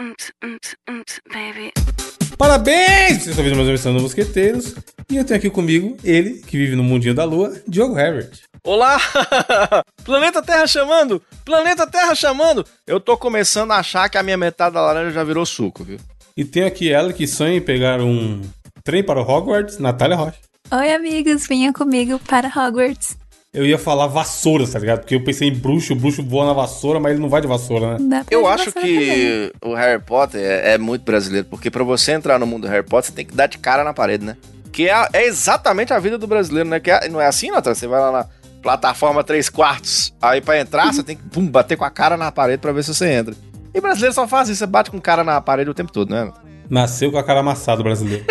Mm, mm, mm, baby. Parabéns! Vocês estão vendo mais uma versão do Mosqueteiros. E eu tenho aqui comigo ele, que vive no mundinho da lua, Diogo Herbert. Olá! Planeta Terra chamando! Planeta Terra chamando! Eu tô começando a achar que a minha metade da laranja já virou suco, viu? E tenho aqui ela que sonha em pegar um trem para o Hogwarts, Natália Rocha. Oi, amigos, venha comigo para Hogwarts. Eu ia falar vassoura, tá ligado? Porque eu pensei em bruxo, o bruxo voa na vassoura, mas ele não vai de vassoura, né? Dá pra Eu ir acho passar também. que o Harry Potter é, é muito brasileiro, porque pra você entrar no mundo do Harry Potter, você tem que dar de cara na parede, né? Que é, é exatamente a vida do brasileiro, né? Que é- não é assim, Natan? Você vai lá na plataforma 3 quartos, aí pra entrar, você tem que pum, bater com a cara na parede pra ver se você entra. E brasileiro só faz isso, você bate com o cara na parede o tempo todo, né? Nasceu com a cara amassada o brasileiro.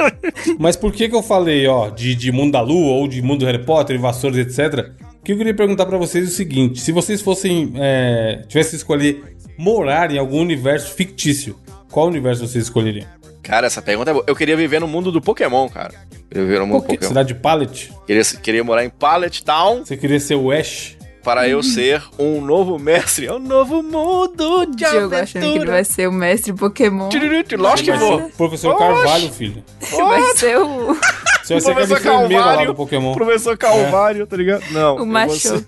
mas por que que eu falei, ó, de, de mundo da lua ou de mundo do Harry Potter, vassouras, etc? Que eu queria perguntar pra vocês o seguinte: se vocês fossem. É, tivessem que escolher morar em algum universo fictício, qual universo vocês escolheriam? Cara, essa pergunta é boa. Eu queria viver no mundo do Pokémon, cara. Eu queria viver no mundo do Qualquer- Pokémon. Cidade de Pallet? Queria, queria morar em Pallet Town, Você queria ser o Ash? para Uhum. eu ser um novo mestre. É um novo mundo de Diogo achando que ele aventura. vai ser um o mestre Pokémon. Tiriririt, Lógico que Mas vou. Professor Oxe. Carvalho, filho. Vai ser o, Você vai ser aquele Professor enfermeiro lá Calvário. do Pokémon. Professor Calvário, tá ligado? Não. É. o eu vou ser- macho.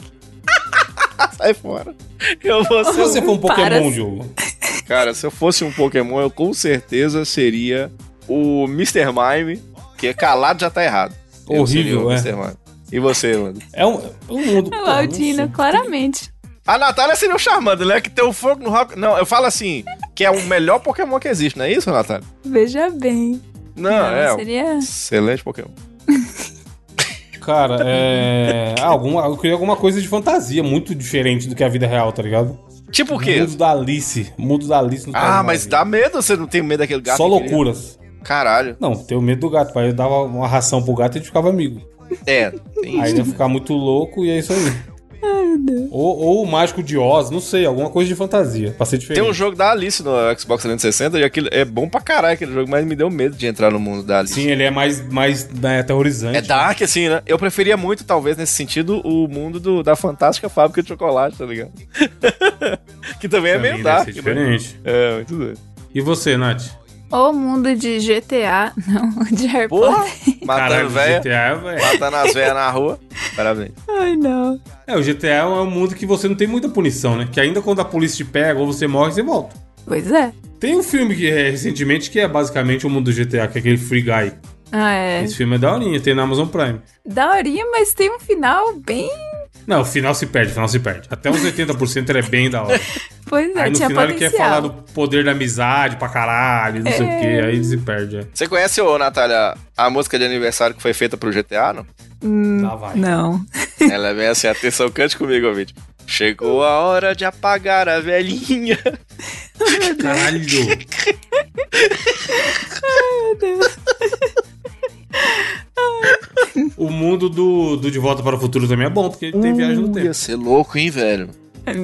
Sai fora. Eu vou Se ser você for um Para. Pokémon, Diogo, um- Cara, se eu fosse um Pokémon, eu com certeza seria o Mr. Mime, que calado já tá errado. Eu seria horrível, o é. Mr. Mime. E você, mano? É um, é um mundo. O Pô, não Aldino, sei. claramente. A Natália seria o Charmander, né? Que tem o fogo no rock. Não, eu falo assim, que é o melhor Pokémon que existe, não é isso, Natália? Veja bem. Ah, Não, é. Não, Seria. Excelente Pokémon. Cara, é. ah, alguma, eu queria alguma coisa de fantasia, muito diferente do que a vida real, tá ligado? Tipo o quê? Mundo da Alice. Mundo da Alice no País Ah, das Maravilhas. mas dá medo, você não tem medo daquele gato. Só que queria- loucuras. Caralho. Não, tenho medo do gato. Aí eu dava uma ração pro gato e a gente ficava amigo. É, tem Aí isso. ele ia ficar muito louco e é isso aí. Ou, ou o Mágico de Oz, não sei, alguma coisa de fantasia. Pra ser diferente. Tem um jogo da Alice no Xbox 360 e aquilo é bom pra caralho aquele jogo, mas me deu medo de entrar no mundo da Alice. Sim, ele é mais, mais né, aterrorizante. É dark, assim, né? Eu preferia muito, talvez, nesse sentido, o mundo do- da fantástica fábrica de chocolate, tá ligado? que também é Também deve meio dark, ser né? diferente. É, muito doido. E você, Nath? O mundo de GTA. Não, de Harry Porra! Potter. Matando velha, GTA, é, velho. matando as velhas na rua. Parabéns. Ai, não. É, o GTA é um mundo que você não tem muita punição, né? Que ainda quando a polícia te pega ou você morre, você volta. Pois é. Tem um filme que é recentemente que é basicamente o mundo do GTA, que é aquele Free Guy. Ah, é. Esse filme é daorinha, tem na Amazon Prime. Daorinha, mas tem um final bem. Não, o final se perde, o final se perde. Até uns 80% ele é bem da hora. Pois é, Aí no tinha final ele potencial. quer falar do poder da amizade pra caralho, não sei o quê. Aí ele se perde. É. Você conhece, ô, Natália, a música de aniversário que foi feita pro GTA, não? Lá vai. Não. Ela vem assim, atenção, cante comigo, ouvinte. Chegou a hora de apagar a velhinha. Caralho. Meu Deus. O mundo do, do De Volta para o Futuro também é bom, porque tem Hum, viagem no tempo. Ia ser é louco, hein, velho?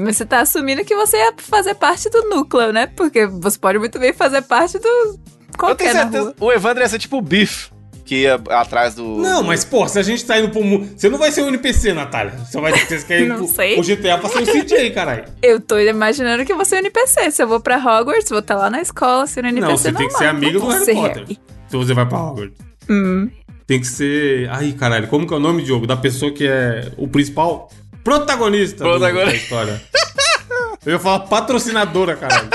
Mas Você tá assumindo que você ia fazer parte do núcleo, né? Porque você pode muito bem fazer parte do. Eu tenho Qualquer é na rua. certeza. O Evandro ia ser tipo o Biff, que ia atrás do. Não, mas, pô, se a gente tá indo pro mundo. Você não vai ser um NPC, Natália. Você vai ter que ir Não pro, sei. pro GTA pra ser um CJ, caralho. Eu tô imaginando que você é um NPC. Se eu vou pra Hogwarts, vou estar lá na escola sendo NPC. Não, você tem que normal. é ser amigo do Vou Harry ser Potter. Harry. Se você vai pra Hogwarts. Hum. Tem que ser. Ai, caralho, como que é o nome, Diogo? Da pessoa que é o principal protagonista, do- Protagonista. da história. Eu ia falar patrocinadora, caralho.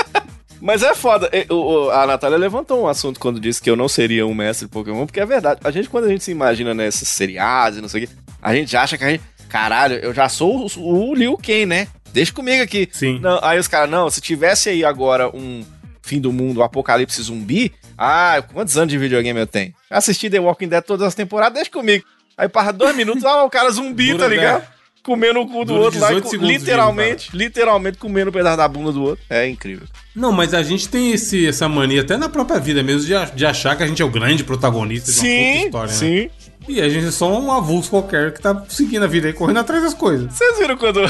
Mas é foda. E, o- o- A Natália levantou um assunto quando disse que eu não seria um mestre Pokémon, porque é verdade. A gente, quando a gente se imagina nesses seriados e não sei o quê, a gente acha que a gente. Caralho, eu já sou o, o Liu Kang, né? Deixa comigo aqui. Sim. Não, aí os caras, não, se tivesse aí agora um fim do mundo, um apocalipse zumbi, ah, quantos anos de videogame eu tenho? Já Assisti The Walking Dead todas as temporadas, deixa comigo. Aí passa dois minutos, ah, o cara zumbi, Dura né? tá ligado? Comendo o cu do Dura outro lá, e 18 co- segundos, literalmente, literalmente comendo um pedaço da bunda do outro. É incrível. Não, mas a gente tem esse, essa mania, até na própria vida mesmo, de, a- de achar que a gente é o grande protagonista de uma puta Sim, história, né? sim. E a gente é só um avulso qualquer que tá seguindo a vida aí, correndo atrás das coisas. Vocês viram quando,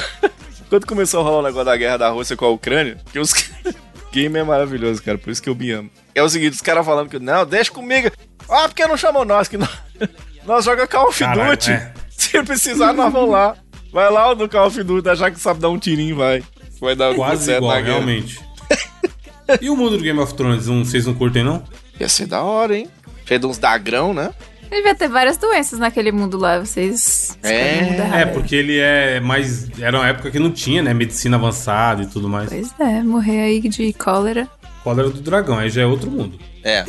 quando começou a rolar o negócio da guerra da Rússia com a Ucrânia? Que os game é maravilhoso, cara. Por isso que eu me amo. É o seguinte, os caras falando que não, deixa comigo. Ah, porque não chamou nós, que nós, nós jogamos Call of Caralho, Duty. é. Se precisar, nós vamos lá. Vai lá o do Call of Duty, achar que sabe dar um tirinho, vai. Vai dar tudo Quase certo igual, na guerra. realmente. E o mundo do Game of Thrones, não, vocês não curtem, não? Ia ser da hora, hein? Cheio de uns dagrão, né? Devia ter várias doenças naquele mundo lá, vocês. É, escolhem o mundo É, errado. porque ele é mais. Era uma época que não tinha, né? Medicina avançada e tudo mais. Pois é, morrer aí de cólera. Cólera do dragão, aí já é outro mundo. É.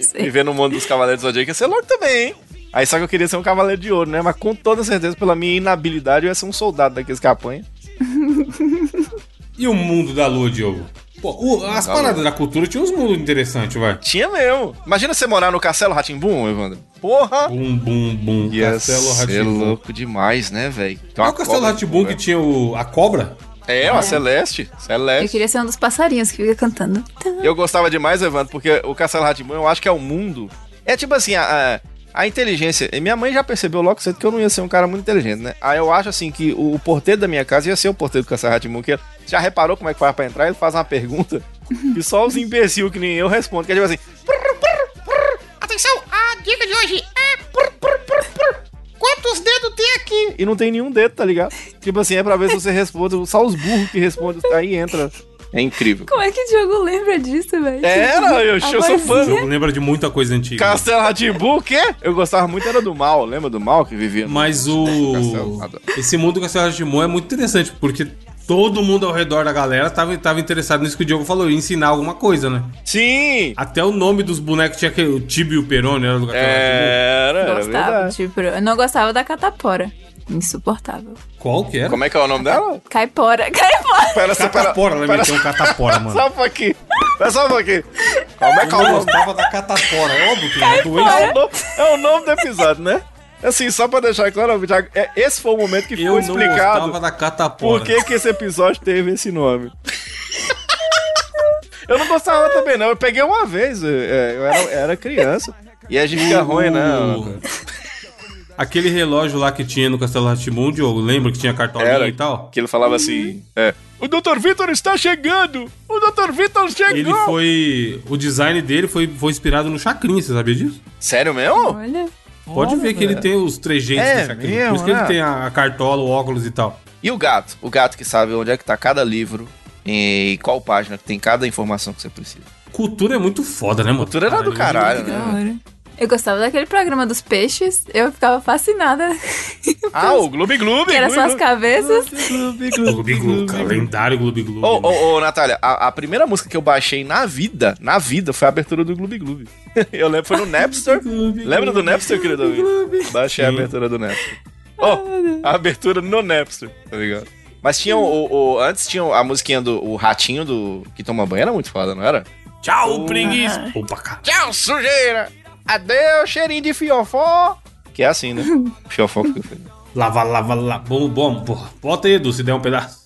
sei. Viver no mundo dos Cavaleiros do Zodíaco ia ser louco também, hein? Aí só que eu queria ser um cavaleiro de ouro, né? Mas com toda certeza, pela minha inabilidade, eu ia ser um soldado daqueles que apanha. E o mundo da lua, Diogo? Pô, o- as Da paradas da cultura tinham uns mundos interessantes, vai. Tinha mesmo. Imagina você morar no Castelo Ratimbum, Evandro. Porra! Bum, bum, bum. Ia Castelo ser Ratibum. louco demais, né, velho? Qual é o Castelo Ratibum né? que tinha o, a cobra? É, uma Celeste. Celeste. Eu queria ser um dos passarinhos que fica cantando. Eu gostava demais, Evandro, porque o Castelo Ratimbun, eu acho que é o mundo. É tipo assim, a, a, a inteligência. e Minha mãe já percebeu logo cedo que eu não ia ser um cara muito inteligente, né? Aí eu acho assim que o, o porteiro da minha casa ia ser o porteiro do Castelo Ratimbun, que ele- já reparou como é que faz pra entrar? Ele faz uma pergunta e só os imbecil que nem eu respondem, que é tipo assim. "Prrr, prrr, prrr. Atenção, a dica de hoje é. prrr, prrr, prrr, prrr. Quantos dedos tem aqui? E não tem nenhum dedo, tá ligado? Tipo assim, é pra ver se você responde. Só os burros que respondem, aí entra. É incrível. Como é que o Diogo lembra disso, velho? É, Tipo, Era, eu, eu sou fã. O jogo lembra de muita coisa antiga. Uhum. Castelo Ratibu, o quê? Eu gostava muito, era do mal, lembra do mal que vivia? no- Mas o. É, Castelo- Esse mundo do Castelo Ratibum é muito interessante, porque todo mundo ao redor da galera tava, tava interessado nisso que o Diogo falou, em ensinar alguma coisa, né? Sim! Até o nome dos bonecos tinha aquele, o Tibi e o Perone, era do Castelo É. Ratibum. Era, é era Gostava, verdade. tipo, eu não gostava da catapora. Insuportável. Qual que era? Como é que é o nome dela? Caipora, caipora! Pera, Catapora, ela pera, meteu um catapora, mano. Só um pouquinho. Pera só um pouquinho. Como é que é o Eu nome? gostava da catapora, é óbvio que ele é É doente. o nome, é o nome do episódio, né? Assim, só pra deixar claro, já- é- esse foi o momento que Eu ficou não gostava explicado da catapora. por que, que esse episódio teve esse nome. Eu não gostava também, não. Eu peguei uma vez, é, eu era, era criança. E a gente Uh. fica ruim, O- né? Aquele relógio lá que tinha no Castelo Ratimun, Diogo, lembra que tinha cartolinha Era. e tal? Que ele falava assim: é, O Dr. Vitor está chegando! O Dr. Vitor chegou! Ele foi. O design dele foi, foi inspirado no Chacrinha, você sabia disso? Sério mesmo? Olha. Pode ver que ele tem os trejeitos É do Chacrinha. mesmo, Por isso que né? ele tem a, a cartola, o óculos e tal. E o gato? O gato que sabe onde é que tá cada livro e qual página que tem cada informação que você precisa. Cultura é muito foda, né, mano? Cultura era do caralho, Que da né? hora. Eu gostava daquele programa dos peixes, eu ficava fascinada. Ah, o Gloob Gloob! que era só as Gloob cabeças. Gloob, Globo Globo, cara, lendário Globo Globo. Ô, ô, ô, Natália, a, a primeira música que eu baixei na vida, na vida, foi a abertura do Gloob Gloob. Eu lembro, foi no Napster. Lembra do Napster, querido amigo? Baixei a Sim. abertura do Napster. Oh, a abertura no Napster, tá ligado? Mas tinha o, o- Antes tinha a musiquinha do o ratinho do que toma banho, era muito foda, não era? Tchau, preguiça! Opa, cara. Tchau, sujeira! Adeus, cheirinho de fiofó! Que é assim, né? fiofó que eu falei. Lava, lava, lava. Bom, bom, porra. Bota aí, Edu, se der um pedaço.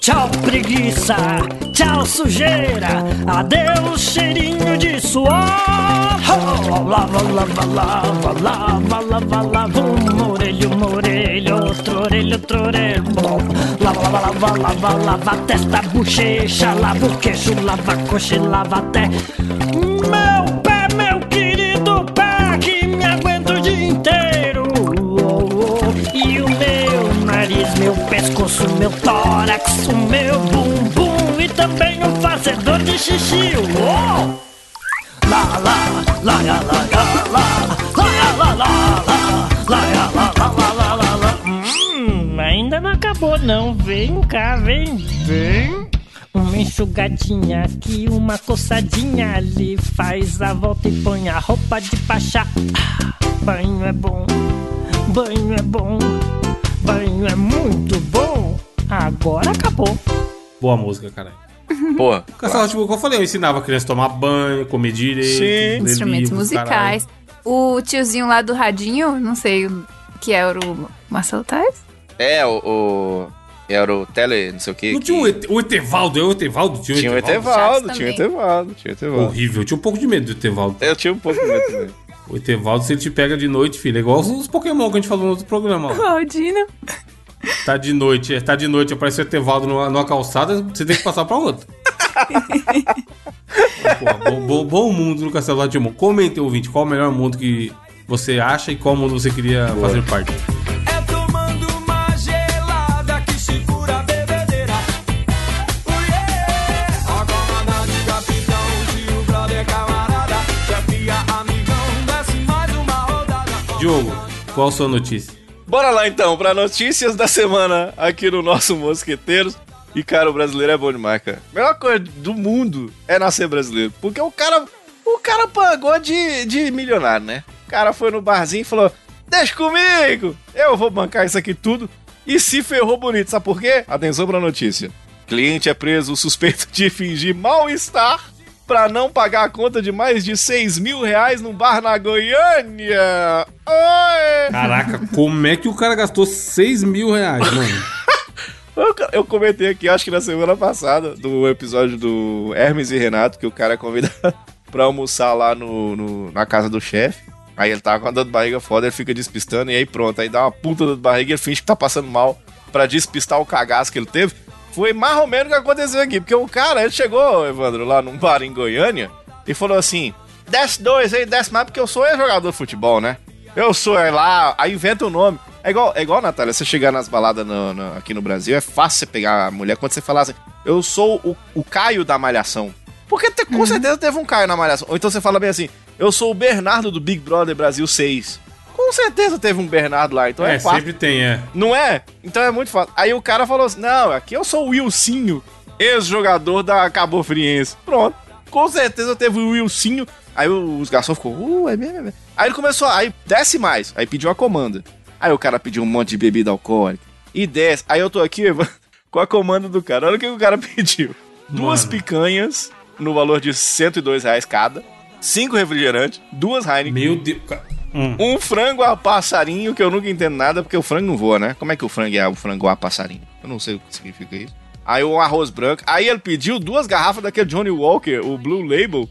Tchau, preguiça. Tchau, sujeira. Adeus, cheirinho de suor. Oh, lava, lava, lava, lava, lava, lava. Uma orelha, uma orelha, outra orelha, outra orelha. Bom, Lava, lava, lava, lava, lava. a Testa, a bochecha, lava o queixo, lava a coxa e lava até. Meu pé, meu querido pé, que me aguenta o dia inteiro. Oh, oh. E o meu nariz, meu pescoço, meu tórax, o meu bumbum e também o fazedor de xixi. Oh! Lá, lá, lá, lá, lá, lá, lá, lá, lá, lá, lá, lá, lá, lá, lá, lá, lá, lá. Hum, ainda não acabou não. Vem cá, vem, vem. Uma enxugadinha aqui, uma coçadinha ali. Faz a volta e põe a roupa de pachá. Ah, banho é bom. Banho é bom, banho é muito bom. Agora acabou. Boa música, caralho. Porra. O Castelo tipo, como eu falei, eu ensinava a criança a tomar banho, comer direito. ler Sim. Instrumentos livros, caralho. musicais. O tiozinho lá do Radinho, não sei o que é, era o Marcelo Tais? É, o, o- Era o Tele, não sei o quê. Não que- tinha o, Et o Etevaldo, é o Etevaldo? Tinha o Tinha o Etevaldo. Etevaldo, tinha Chaves o também. Etevaldo, tinha o Etevaldo. Horrível, eu tinha um pouco de medo do Etevaldo. Eu tinha um pouco de medo também. O Etevaldo, se ele te pega de noite, filho, é igual os- os Pokémon que a gente falou no outro programa. ó. Aldino. Tá de noite, é, tá de noite, aparece o Etevaldo numa, numa calçada, você tem que passar pra outra. Então, Porra, bom, bom- bom mundo no Castelo Latimon. Comentem, ouvinte, qual o melhor mundo que você acha e qual mundo você queria fazer parte. É tomando uma gelada que segura a bebedeira. Uiê! Diogo, qual a sua notícia? Bora lá então para notícias da semana aqui no nosso Mosqueteiros. E cara, o brasileiro é bom demais, cara. A melhor coisa do mundo é nascer brasileiro, porque o cara, o cara pagou de, de milionário, né? O cara foi no barzinho e falou: "Deixa comigo, eu vou bancar isso aqui tudo". E se ferrou bonito, sabe por quê? Atenção pra notícia. Cliente é preso suspeito de fingir mal-estar para não pagar a conta de mais de 6 mil reais num bar na Goiânia. Oi! Caraca, como é que o cara gastou 6 mil reais, mano? Eu, eu comentei aqui, acho que na semana passada, do episódio do Hermes e Renato, que o cara é convidado pra almoçar lá no, no- na casa do chefe. Aí ele tá com a dor de barriga foda, ele fica despistando e aí pronto. Aí dá uma puta dor de barriga e ele finge que tá passando mal pra despistar o cagaço que ele teve. Foi mais ou menos o que aconteceu aqui, porque o cara, ele chegou, Evandro, lá num bar em Goiânia e falou assim: desce dois aí, desce mais, porque eu sou jogador de futebol, né? Eu sou é lá, aí inventa o nome. É igual, é igual Natália, você chegar nas baladas no- no- aqui no Brasil, é fácil você pegar a mulher quando você falar assim, eu sou o, o Caio da Malhação. Porque te- com certeza teve um Caio na Malhação. Ou então você fala bem assim, eu sou o Bernardo do Big Brother Brasil 6. Com certeza teve um Bernardo lá, então é, é, fácil. sempre tem, é. Não é? Então é muito fácil. Aí o cara falou assim: não, aqui eu sou o Wilsinho, ex-jogador da Cabo Friense. Pronto. Com certeza teve o Wilsinho. Aí o- os garçons ficou, uh, é mesmo, é mesmo. Aí ele começou, aí desce mais. Aí pediu uma comanda. Aí o cara pediu um monte de bebida alcoólica. E desce. Aí eu tô aqui, Ivan, com a comanda do cara. Olha o que o cara pediu: duas picanhas no valor de 102 reais cada, cinco refrigerantes, duas Heineken. Meu Deus. ca- Hum. Um frango a passarinho, que eu nunca entendo nada, porque o frango não voa, né? Como é que o frango é o frango a passarinho? Eu não sei o que significa isso. Aí um arroz branco. Aí ele pediu duas garrafas daquele Johnny Walker, o Blue Label.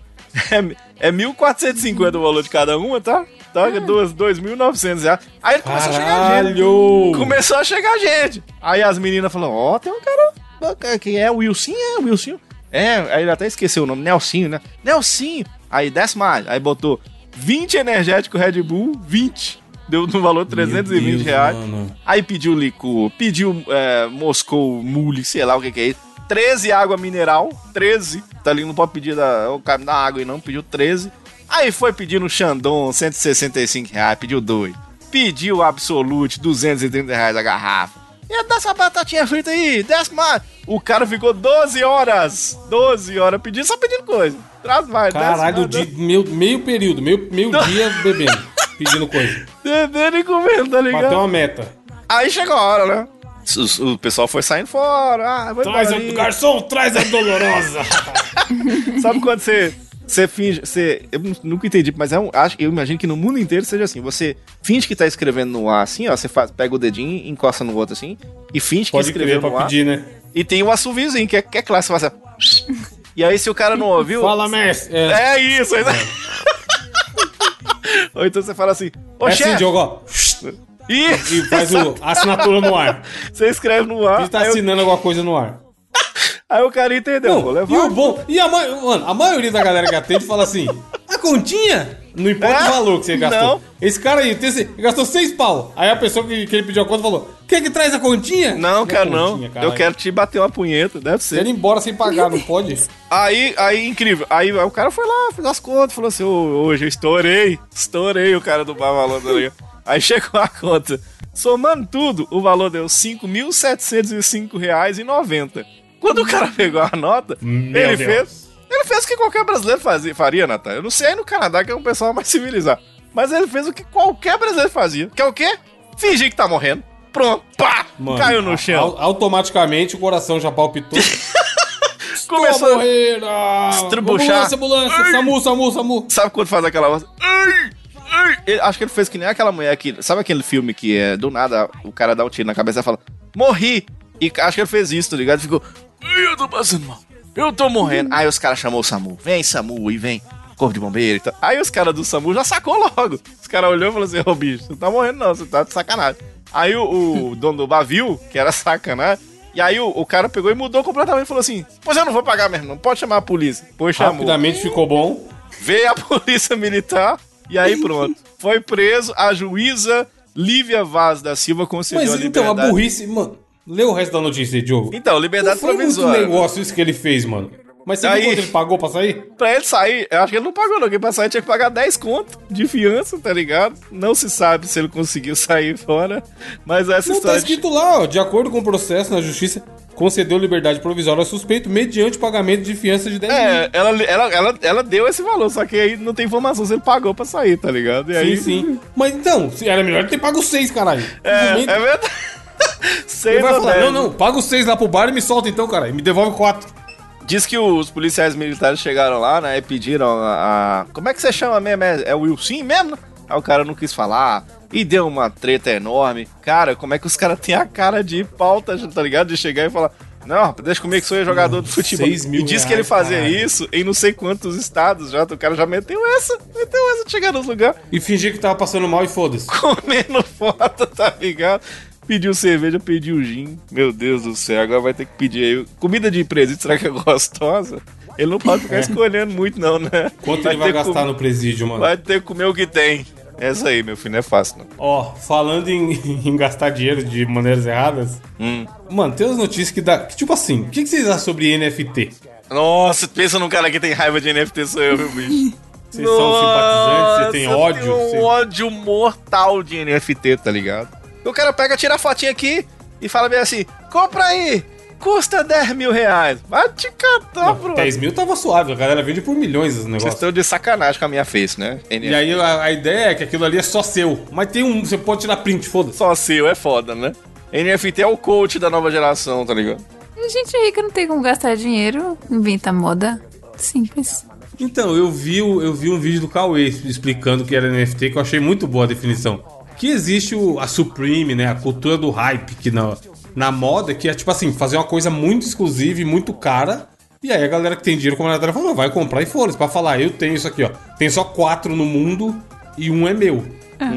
É, é 1.450 o valor de cada uma, tá? Tá, duas, 2.900 reais. Aí ele começou a chegar gente. Caralho! Começou a chegar gente. Aí as meninas falaram, ó, tem um cara bacana que é o Wilson, é o Wilson. É, aí ele até esqueceu o nome, Nelsinho, né? Nelsinho. Aí desce mais, aí botou 20 energético Red Bull, 20. Deu no valor 320 Meu Deus, reais. mano. Aí pediu licor, pediu é, Moscou Mule, sei lá o que que é isso. 13 água mineral, 13. Tá ali, não pode pedir da, o cara me dá água e não, pediu 13. Aí foi pedindo Xandon, 165 reais, pediu dois. Pediu Absolute, 230 reais a garrafa. E dá essa batatinha frita aí, desce mais. O cara ficou 12 horas, 12 horas pedindo, só pedindo coisa. Traz mais, desce Caralho, mais, de, meu, meio período, meio, meio dia bebendo, pedindo coisa. Bebendo e comendo, tá ligado? Bateu uma meta. Aí chegou a hora, né? O, o pessoal foi saindo fora. Ah, vou Traz embora a, aí. garçom, traz a dolorosa! Sabe quando você. Você finge. Você, eu nu- nunca entendi, mas é um, acho, eu imagino que no mundo inteiro seja assim. Você finge que tá escrevendo no ar assim, ó. Você faz, pega o dedinho, encosta no outro assim, e finge que Pode escreveu escrever no pra ar. pedir, né? E tem o assoviozinho, que é, que é clássico. Você faz assim, e aí, se o cara não ouviu. Fala, mestre! É, É isso, é. Ou então você fala assim, ô é assim, chefe! Diogo, ó. Isso! E faz o, a assinatura no ar. Você escreve no ar. Ele tá aí, o- assinando alguma coisa no ar. aí o cara entendeu. vou e levar. o bom, e a, ma- mano, a maioria da galera que atende fala assim: a continha? Não importa É? o valor que você gastou. Não. Esse cara aí tem esse- gastou seis pau. Aí a pessoa que, que ele pediu a conta falou: quer que traz a continha? Não, cara, não. continha, caralho. Eu quero te bater uma punheta, deve ser. Quero ir embora sem pagar, não pode? Aí, aí, incrível. Aí, aí o cara foi lá, fez as contas, falou assim: "Ô, hoje eu estourei, estourei o cara do bar malandro ali. Aí chegou a conta. Somando tudo, o valor deu R$ 5.705,90. Quando o cara pegou a nota, Meu ele Deus. fez. Ele fez o que qualquer brasileiro fazia, faria, Natan. Eu não sei aí no Canadá que é um pessoal mais civilizado. Mas ele fez o que qualquer brasileiro fazia. Que é o quê? Fingir que tá morrendo. Pronto, pá! caiu no chão. au- automaticamente o coração já palpitou. Começou a morrer. ah, estrubuchar. Ambulância, ambulância. Ai. Samu, Samu, Samu. Sabe quando faz aquela voz? Ai, ai. Ele- acho que ele fez que nem aquela mulher que. Sabe aquele filme que é do nada o cara dá um tiro na cabeça e fala: Morri! E ca- acho que ele fez isso, tá ligado? Ficou: Ai, eu tô passando mal. Eu tô morrendo. Aí os caras chamou o Samu. Vem, Samu, e vem. Corpo de bombeiro e tal. Aí os caras do Samu já sacou logo. Os caras olhou e falou assim: Ô bicho, você não tá morrendo não, você tá de sacanagem. Aí o, o dono do bar viu que era sacanagem. E aí o, o cara pegou e mudou completamente e falou assim: Pois eu não vou pagar mesmo, não pode chamar a polícia. Pois chamou. Rapidamente ficou bom. Veio a polícia militar e aí pronto. Foi preso a juíza Lívia Vaz da Silva concedeu Mas a então, a liberdade. burrice. Mano, lê o resto da notícia aí, Diogo. Então, Não liberdade foi muito provisória. negócio isso que ele fez, mano. Mas você Aí- viu quanto ele pagou pra sair? Pra ele sair, eu acho que ele não pagou, não. Quem pra sair tinha que pagar 10 conto de fiança, tá ligado? Não se sabe se ele conseguiu sair fora. Mas essa Não tá história. de- escrito lá, ó. De acordo com o processo na justiça, concedeu liberdade provisória ao suspeito mediante pagamento de fiança de 10 mil. É, ela, ela, ela, ela deu esse valor, só que aí não tem informação se ele pagou pra sair, tá ligado? E aí. Sim, sim. Mas então, se- era melhor ter pago 6, caralho. É, Simplesmente- é verdade. Seis Ele vai ou falar, dez. não, não, paga os 6 lá pro bar e me solta então, caralho. Me devolve 4. Diz que os policiais militares chegaram lá, né? E pediram a. a- Como é que você chama mesmo? É, é Wilson mesmo? Aí o cara não quis falar. E deu uma treta enorme. Cara, como é que os caras têm a cara de pauta, tá ligado? De chegar e falar. Não, rapaz, deixa comigo que sou eu jogador de futebol. Seis mil e diz que ele reais, fazia caralho. isso em não sei quantos estados já. O cara já meteu essa. Meteu essa de chegar nos lugares E fingir que tava passando mal e foda-se. comendo foto, tá ligado? Pediu cerveja, pediu gin. Meu Deus do céu, agora vai ter que pedir aí. Comida de presídio, será que é gostosa? Ele não pode ficar escolhendo muito, não, né? É. Quanto ele vai ter que gastar com- no presídio, mano? Vai ter que comer o que tem. É isso aí, meu filho, não é fácil, não. Ó, falando em, em gastar dinheiro de maneiras erradas. Hum. Mano, tem umas notícias que dá. que, tipo assim, o que, que vocês acham sobre NFT? Nossa, pensa num cara que tem raiva de NFT, sou eu, meu bicho. Vocês são simpatizantes, você tem ódio. Eu cê- tenho um ódio mortal de NFT, tá ligado? O cara pega, tira a fotinha aqui e fala bem assim: compra aí, custa 10 mil reais. Vai te catar, Não, bro. 10 mil tava suave, a galera vende por milhões os Vocês negócios. estão de sacanagem com a minha face, né? E NFT. aí a, a ideia é que aquilo ali é só seu. Mas tem um. Você pode tirar print, foda-se. Só seu é foda, né? NFT é o coach da nova geração, tá ligado? E Gente é rica não tem como gastar dinheiro, inventa moda. Simples. Então, eu vi, o- eu vi um vídeo do Cauê explicando o que era NFT, que eu achei muito boa a definição. Que existe o- a Supreme, né? A cultura do hype, que na, na moda, que é tipo assim, fazer uma coisa muito exclusiva e muito cara. E aí a galera que tem dinheiro como a galera fala, "Não, vai comprar e foram. Pra falar, eu tenho isso aqui, ó. Tem só quatro no mundo e um é meu.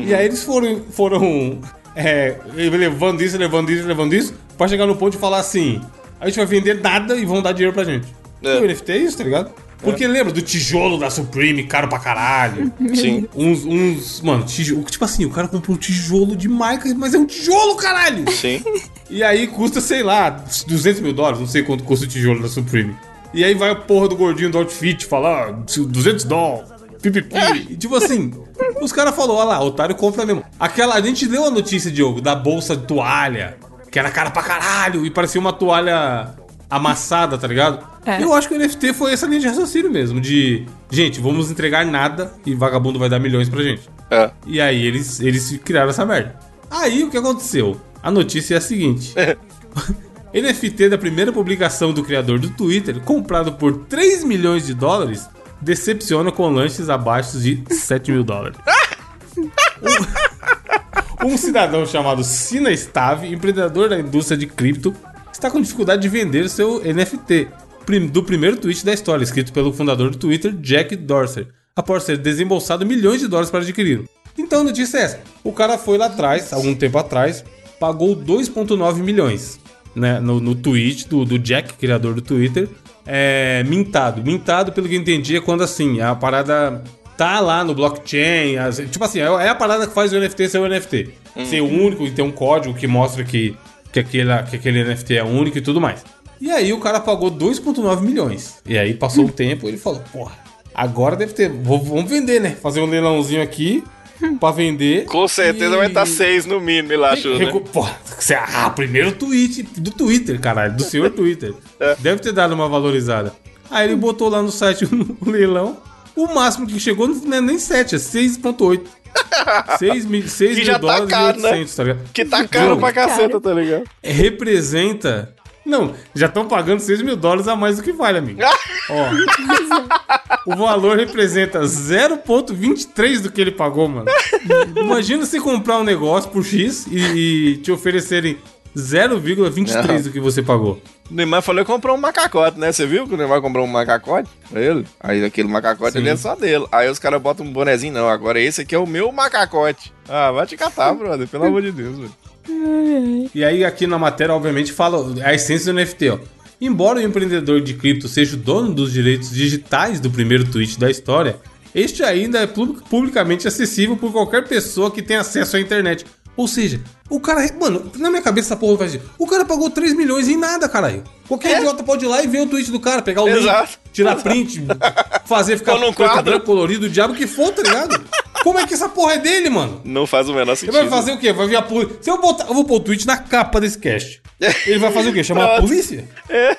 E aí eles foram, foram é, levando isso, levando isso, levando isso, pra chegar no ponto de falar assim: a gente vai vender nada e vão dar dinheiro pra gente. É. E o NFT é isso, tá ligado? Porque lembra do tijolo da Supreme, caro pra caralho. Sim. uns, uns. Mano, tijolo. Tipo assim, o cara comprou um tijolo de marca, mas é um tijolo, caralho! Sim. E aí custa, sei lá, 200 mil dólares, não sei quanto custa o tijolo da Supreme. E aí vai o porra do gordinho do outfit falar ah, 200 dólares. Pipipi. E tipo assim, os caras falaram, olha lá, otário compra mesmo. Aquela, a gente leu a notícia, Diogo, da bolsa de toalha, que era cara pra caralho, e parecia uma toalha amassada, tá ligado? É. Eu acho que o NFT foi essa linha de raciocínio mesmo, de, gente, vamos entregar nada e vagabundo vai dar milhões pra gente. É. E aí eles, eles criaram essa merda. Aí o que aconteceu? A notícia é a seguinte: NFT da primeira publicação do criador do Twitter, comprado por 3 milhões de dólares, decepciona com lanches abaixo de 7 mil dólares. Um, um cidadão chamado Sina Stave, empreendedor da indústria de cripto, está com dificuldade de vender seu NFT prim- do primeiro tweet da história, escrito pelo fundador do Twitter, Jack Dorsey, após ser desembolsado milhões de dólares para adquiri-lo. Então a notícia é essa. O cara foi lá atrás, algum tempo atrás, pagou 2,9 milhões né, no, no tweet do, do Jack, criador do Twitter, é, mintado. Mintado, pelo que eu entendi, é quando assim, a parada tá lá no blockchain, as- tipo assim, é é a parada que faz o NFT ser o NFT. Ser único e ter um código que mostra que, que, aquela, que aquele NFT é único e tudo mais. E aí o cara pagou 2,9 milhões. E aí passou o tempo ele falou, porra, agora deve ter, vou- vamos vender, né? Fazer um leilãozinho aqui pra vender. Com certeza E- vai estar 6 no mínimo, eu acho, né? Recu- Pô, você- ah, primeiro tweet do Twitter, caralho, do senhor Twitter. É. Deve ter dado uma valorizada. Aí ele botou lá no site o leilão. O máximo que chegou não é nem 7, é 6.8. 6 mil, 6 Que mil já tá dólares caro, e né? 800, tá ligado? Que tá caro Não, pra caceta, tá ligado? É, Representa... Não, já estão pagando 6 mil dólares a mais do que vale, amigo. Ó, o valor representa 0,23 do que ele pagou, mano. Imagina se comprar um negócio por X e, e te oferecerem 0,23 do que você pagou. O Neymar falou que comprou um macacote, né? Você viu que o Neymar comprou um macacote pra ele? Aí aquele macacote Sim. ele é só dele. Aí os caras botam um bonezinho, não. Agora esse aqui é o meu macacote. Ah, vai te catar, brother. Pelo amor de Deus, velho. E aí aqui na matéria, obviamente, fala a essência do NFT, ó. Embora o empreendedor de cripto seja o dono dos direitos digitais do primeiro tweet da história, este ainda é pub- publicamente acessível por qualquer pessoa que tenha acesso à internet. Ou seja, O cara. Mano, na minha cabeça essa porra faz assim. O cara pagou 3 milhões em nada, caralho. Qualquer idiota pode ir lá e ver o tweet do cara, pegar o link, É? Exato. tirar print, fazer ficar Pôr num preto, quadro. branco, colorido, o diabo que for, tá ligado? Como é que essa porra é dele, mano? Não faz o menor Ele sentido. vai fazer o quê? Vai vir a polícia. Se eu botar. Eu vou pôr o tweet na capa desse cast. Ele vai fazer o quê? Chamar a polícia? É.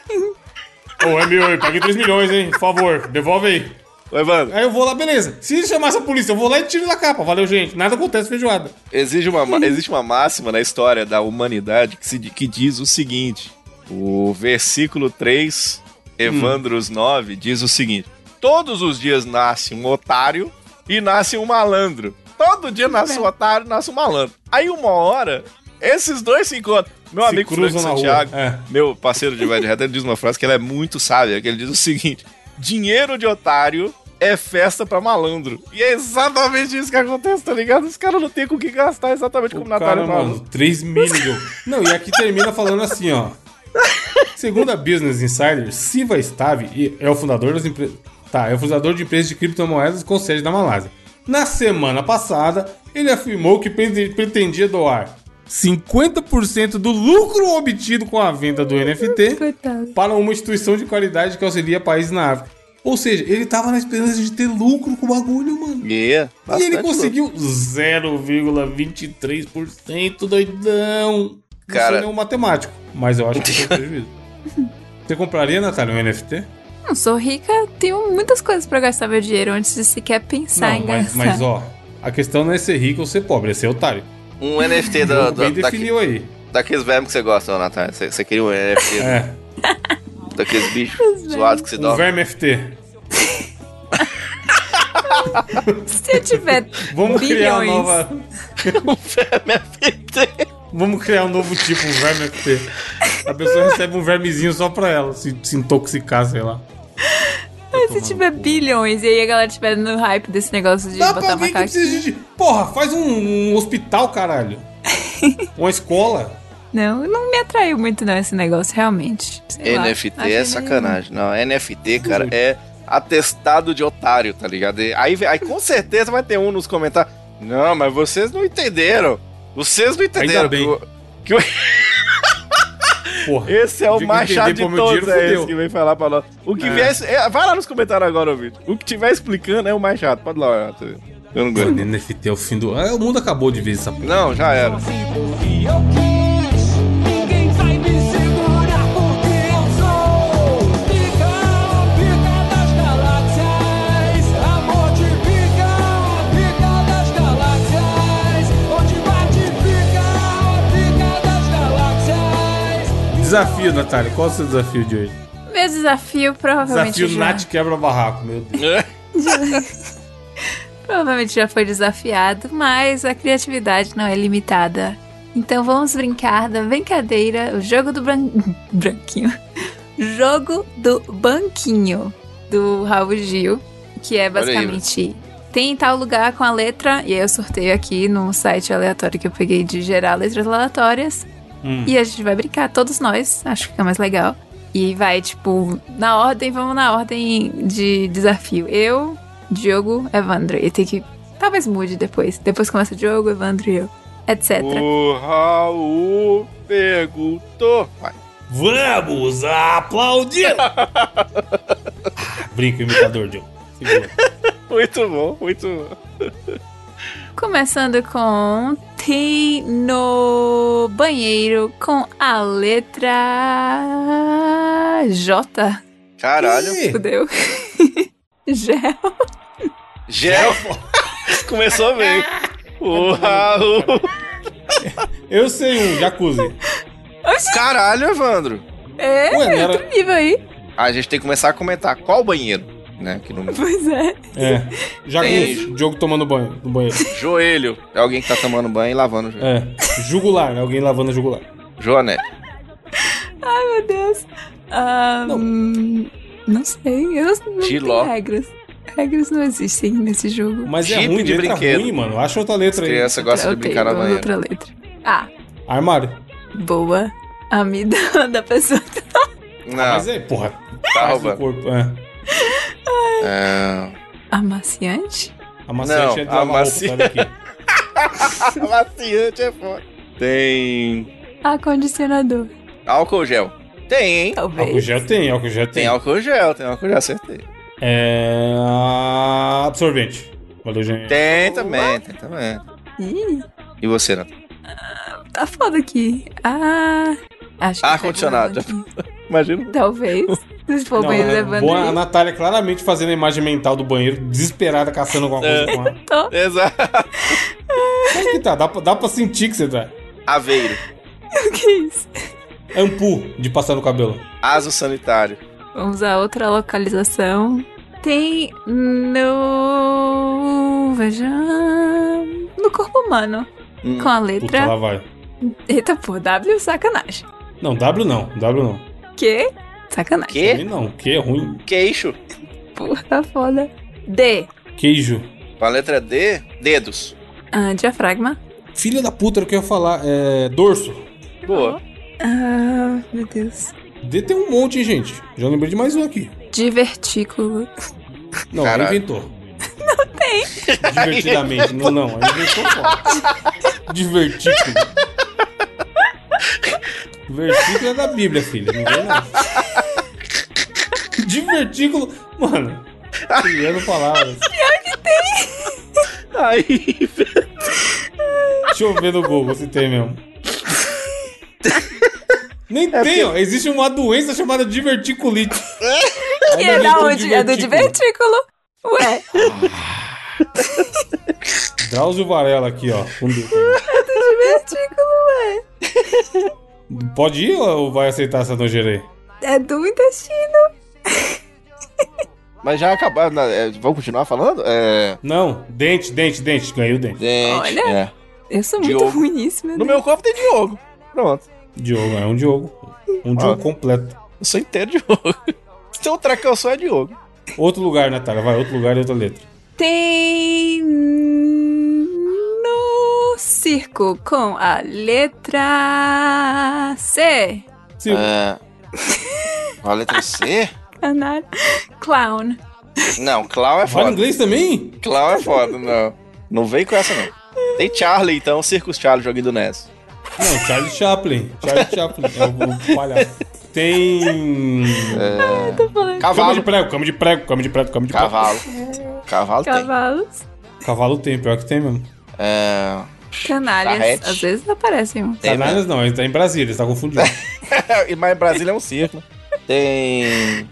Ô, é meu, eu paguei 3 milhões, hein? Por favor, devolve aí. Ô, Evandro, Aí eu vou lá, beleza. Se ele chamasse a polícia, eu vou lá e tiro da capa. Valeu, gente. Nada acontece, feijoada. exige uma, ma- existe uma máxima na história da humanidade que, se, di- que diz o seguinte: o versículo 3, Hum. Evandros 9, diz o seguinte: Todos os dias nasce um otário e nasce um malandro. Todo Hum, dia é. nasce um otário e nasce um malandro. Aí uma hora, esses dois se encontram. Meu Se amigo Frank cruzam na rua, Santiago, é. meu parceiro de Vai de Reto, ele diz uma frase que ela é muito sábia, que ele diz o seguinte: dinheiro de otário é festa pra malandro. E é exatamente isso que acontece, tá ligado? Os caras não tem com o que gastar exatamente como O o cara, é Natália mano, falou. 3 milhões. Não, e aqui termina falando assim, ó. Segundo a Business Insider, Siva Stave e- é o fundador das empresas. Tá, é o fundador de empresas de criptomoedas com sede na Malásia. Na semana passada, ele afirmou que prete- pretendia doar 50% do lucro obtido com a venda do NFT Coitado. para uma instituição de qualidade que auxilia países na África. Ou seja, ele tava na esperança de ter lucro com o bagulho, mano. Yeah, E ele é, bastante louco. conseguiu 0,23%, doidão. Cara- Isso não é um matemático, mas eu acho que foi um prejuízo. Você compraria, Natália, um NFT? Não sou rica, tenho muitas coisas pra gastar meu dinheiro antes de sequer pensar em não, mas, gastar. mas, ó, a questão não é ser rico ou ser pobre, é ser otário. Um NFT O da, jogo da, bem da, definiu aí. daqueles vermes que você gosta, ô, Natália. Você, você queria um NFT É, daqueles bichos zoados que você o dorme. verme FT. Se eu tiver Vamos criar uma bilhões, nova. Um Vamos criar um novo tipo, um verme FT. A pessoa recebe um vermezinho só pra ela, se, se intoxicar, sei lá. se tiver bilhões, e aí a galera tiver no hype desse negócio de Dá pra botar alguém que macaquinho. precisa de. Porra, faz um, um hospital, caralho. Uma escola. Não, não me atraiu muito não esse negócio, realmente. Sei lá, NFT achei é meio- sacanagem. Não, NFT, cara, é atestado de otário, tá ligado? E Aí, aí com certeza vai ter um nos comentários. Não, mas vocês não entenderam. Vocês não entenderam. bem. que o- Porra. Esse é Eu o digo mais chato entender, de pô, meu todos, dinheiro é fudeu. esse que vem falar pra nós. O que É. vier... é, vai lá nos comentários agora, ouvinte. O que tiver explicando é o mais chato. Pode lá, olhar. tá vendo? Eu não aguento. Mano, NFT é o fim do. Ah, o mundo acabou de vez essa porra. Não, já era. E eu quis, ninguém vai me segurar porque eu sou pica, pica das galáxias. Amor de pica, pica das galáxias. Onde bate pica, pica das galáxias. Desafio, Natália. Qual é o seu desafio de hoje? Meu desafio provavelmente Desafio já, Nath quebra barraco, meu Deus. provavelmente já foi desafiado, mas a criatividade não é limitada. Então vamos brincar da brincadeira, o jogo do bran... branquinho. Jogo do banquinho do Raul Gil, que é Olha aí, né? basicamente tem tal lugar com a letra, e aí eu sorteio aqui num site aleatório que eu peguei de gerar letras aleatórias. Hum. E a gente vai brincar, todos nós, acho que fica mais legal. E vai, tipo, na ordem, vamos na ordem de desafio. Eu, Diogo, Evandro. E tem que. Talvez mude depois. Depois começa Diogo, Evandro e eu. Etc. O Raul perguntou. Vai. Vamos aplaudir! Brinco, imitador, Joe. Segura. Muito bom, muito bom. Começando com. Tem no banheiro com a letra. J. Caralho. Ih, Fudeu. Gel. Gel. Começou bem. O Raul. Eu sei um, jacuzzi. Caralho, Evandro. É, Ué, não era- outro nível aí. A gente tem que começar a comentar qual banheiro, né? Que no Pois é. É. Jacuzzi, Beijo. Diogo tomando banho no banheiro. joelho. É alguém que tá tomando banho e lavando o joelho. né? É. Jugular, né? alguém lavando a jugular. Joanete. Meu Deus. Ah, Não. hum, não sei. Eu não Giló. tenho regras. Regras não existem nesse jogo. Mas é Jeep ruim, de letra brinquedo. ruim, mano. Acha outra letra aí. Criança gosta de Ok, brincar na vamos banheira. outra letra. Ah, Armário. boa. A mida da pessoa. Não, Mas é, porra. tá faz do roubando. corpo. É. É... Amaciante? A maciante Não, é de lavar amacia- roupa, tá daqui. Amaciante é foda. Tem Acondicionador. álcool gel. Tem, hein? Álcool Talvez. gel tem, álcool gel tem. Tem álcool gel, tem álcool gel, acertei. É. ah, Absorvente. Valeu, gente. Tem também, tem também. Ih, E você, Natan? tá foda aqui. Ah. Acho que tá Ar-condicionado. de boa aqui. Imagina. Talvez. Se for Não, bem é levando. boa, a aí. Natália claramente fazendo a imagem mental do banheiro, desesperada, caçando alguma coisa É. com ela. Tô. Exato. Mas que tá, dá, pra- dá pra sentir que você tá. Aveiro. Que isso? Ampu um de passar no cabelo. Aso sanitário. Vamos a outra localização. Tem no. Veja. No corpo humano. Hum. Com a Puta, letra. lá vai. Eita, por W, sacanagem. Não, W não, W não. Que? Sacanagem. Também Que? não, que é ruim. Queixo. Porra, tá foda. D. Queijo. Com a letra D, dedos. Ah, diafragma. Filha da puta, era o que eu ia falar. É. Dorso. Boa. Ah, meu Deus. D tem um monte, hein, gente. Já lembrei de mais um aqui. Divertículo. Não, Caralho. ela inventou. Não tem. Divertidamente. não, não. Ela inventou um foda. Divertículo. Versículo é da Bíblia, filho. Não vem não. Divertículo. Mano. Criando palavras. Aí, Deixa eu ver no Google se tem mesmo. Nem tem, ó. Existe uma doença chamada diverticulite. Que é da onde? É do divertículo. Ué, Drauzio Varela aqui, ó. com D. divertículo, ué. Pode ir ou vai aceitar essa nojeira aí? É do intestino. Mas já acabaram. né? É, vamos continuar falando? É. Não, dente, dente, dente. Ganhei o dente. Gente. Olha. é. Eu sou muito Diogo. ruim nisso, meu No Deus. meu corpo tem Diogo. Pronto. Diogo, é um Diogo. Um Ah. Diogo completo. Eu sou inteiro Diogo. Se eu tracão só é Diogo. Outro lugar, Natália. Vai, outro lugar e outra letra. Tem no circo com a letra C. Sim. É. Com a letra C? Canário. Clown. Não, Clau é Fala foda. inglês também? Clau é foda, não. Não vem com essa, não. Tem Charlie, então, Circus Charlie, joguinho do NES. Não, Charlie Chaplin. Charlie Chaplin. É o, o palhaço. Tem. Tô Cama de falando É, Cavalo. prego, cama de prego, cama de prego, cama de prego. Cavalo. Cavalo de tem. cavalos. Cavalo tem, pior que tem mesmo. É. Canalhas. Charrete. Às vezes aparecem um- uns. Tem, né? Canalhas não, ele tá em Brasília, ele tá confundindo. É, Mas Brasília é um circo. Tem.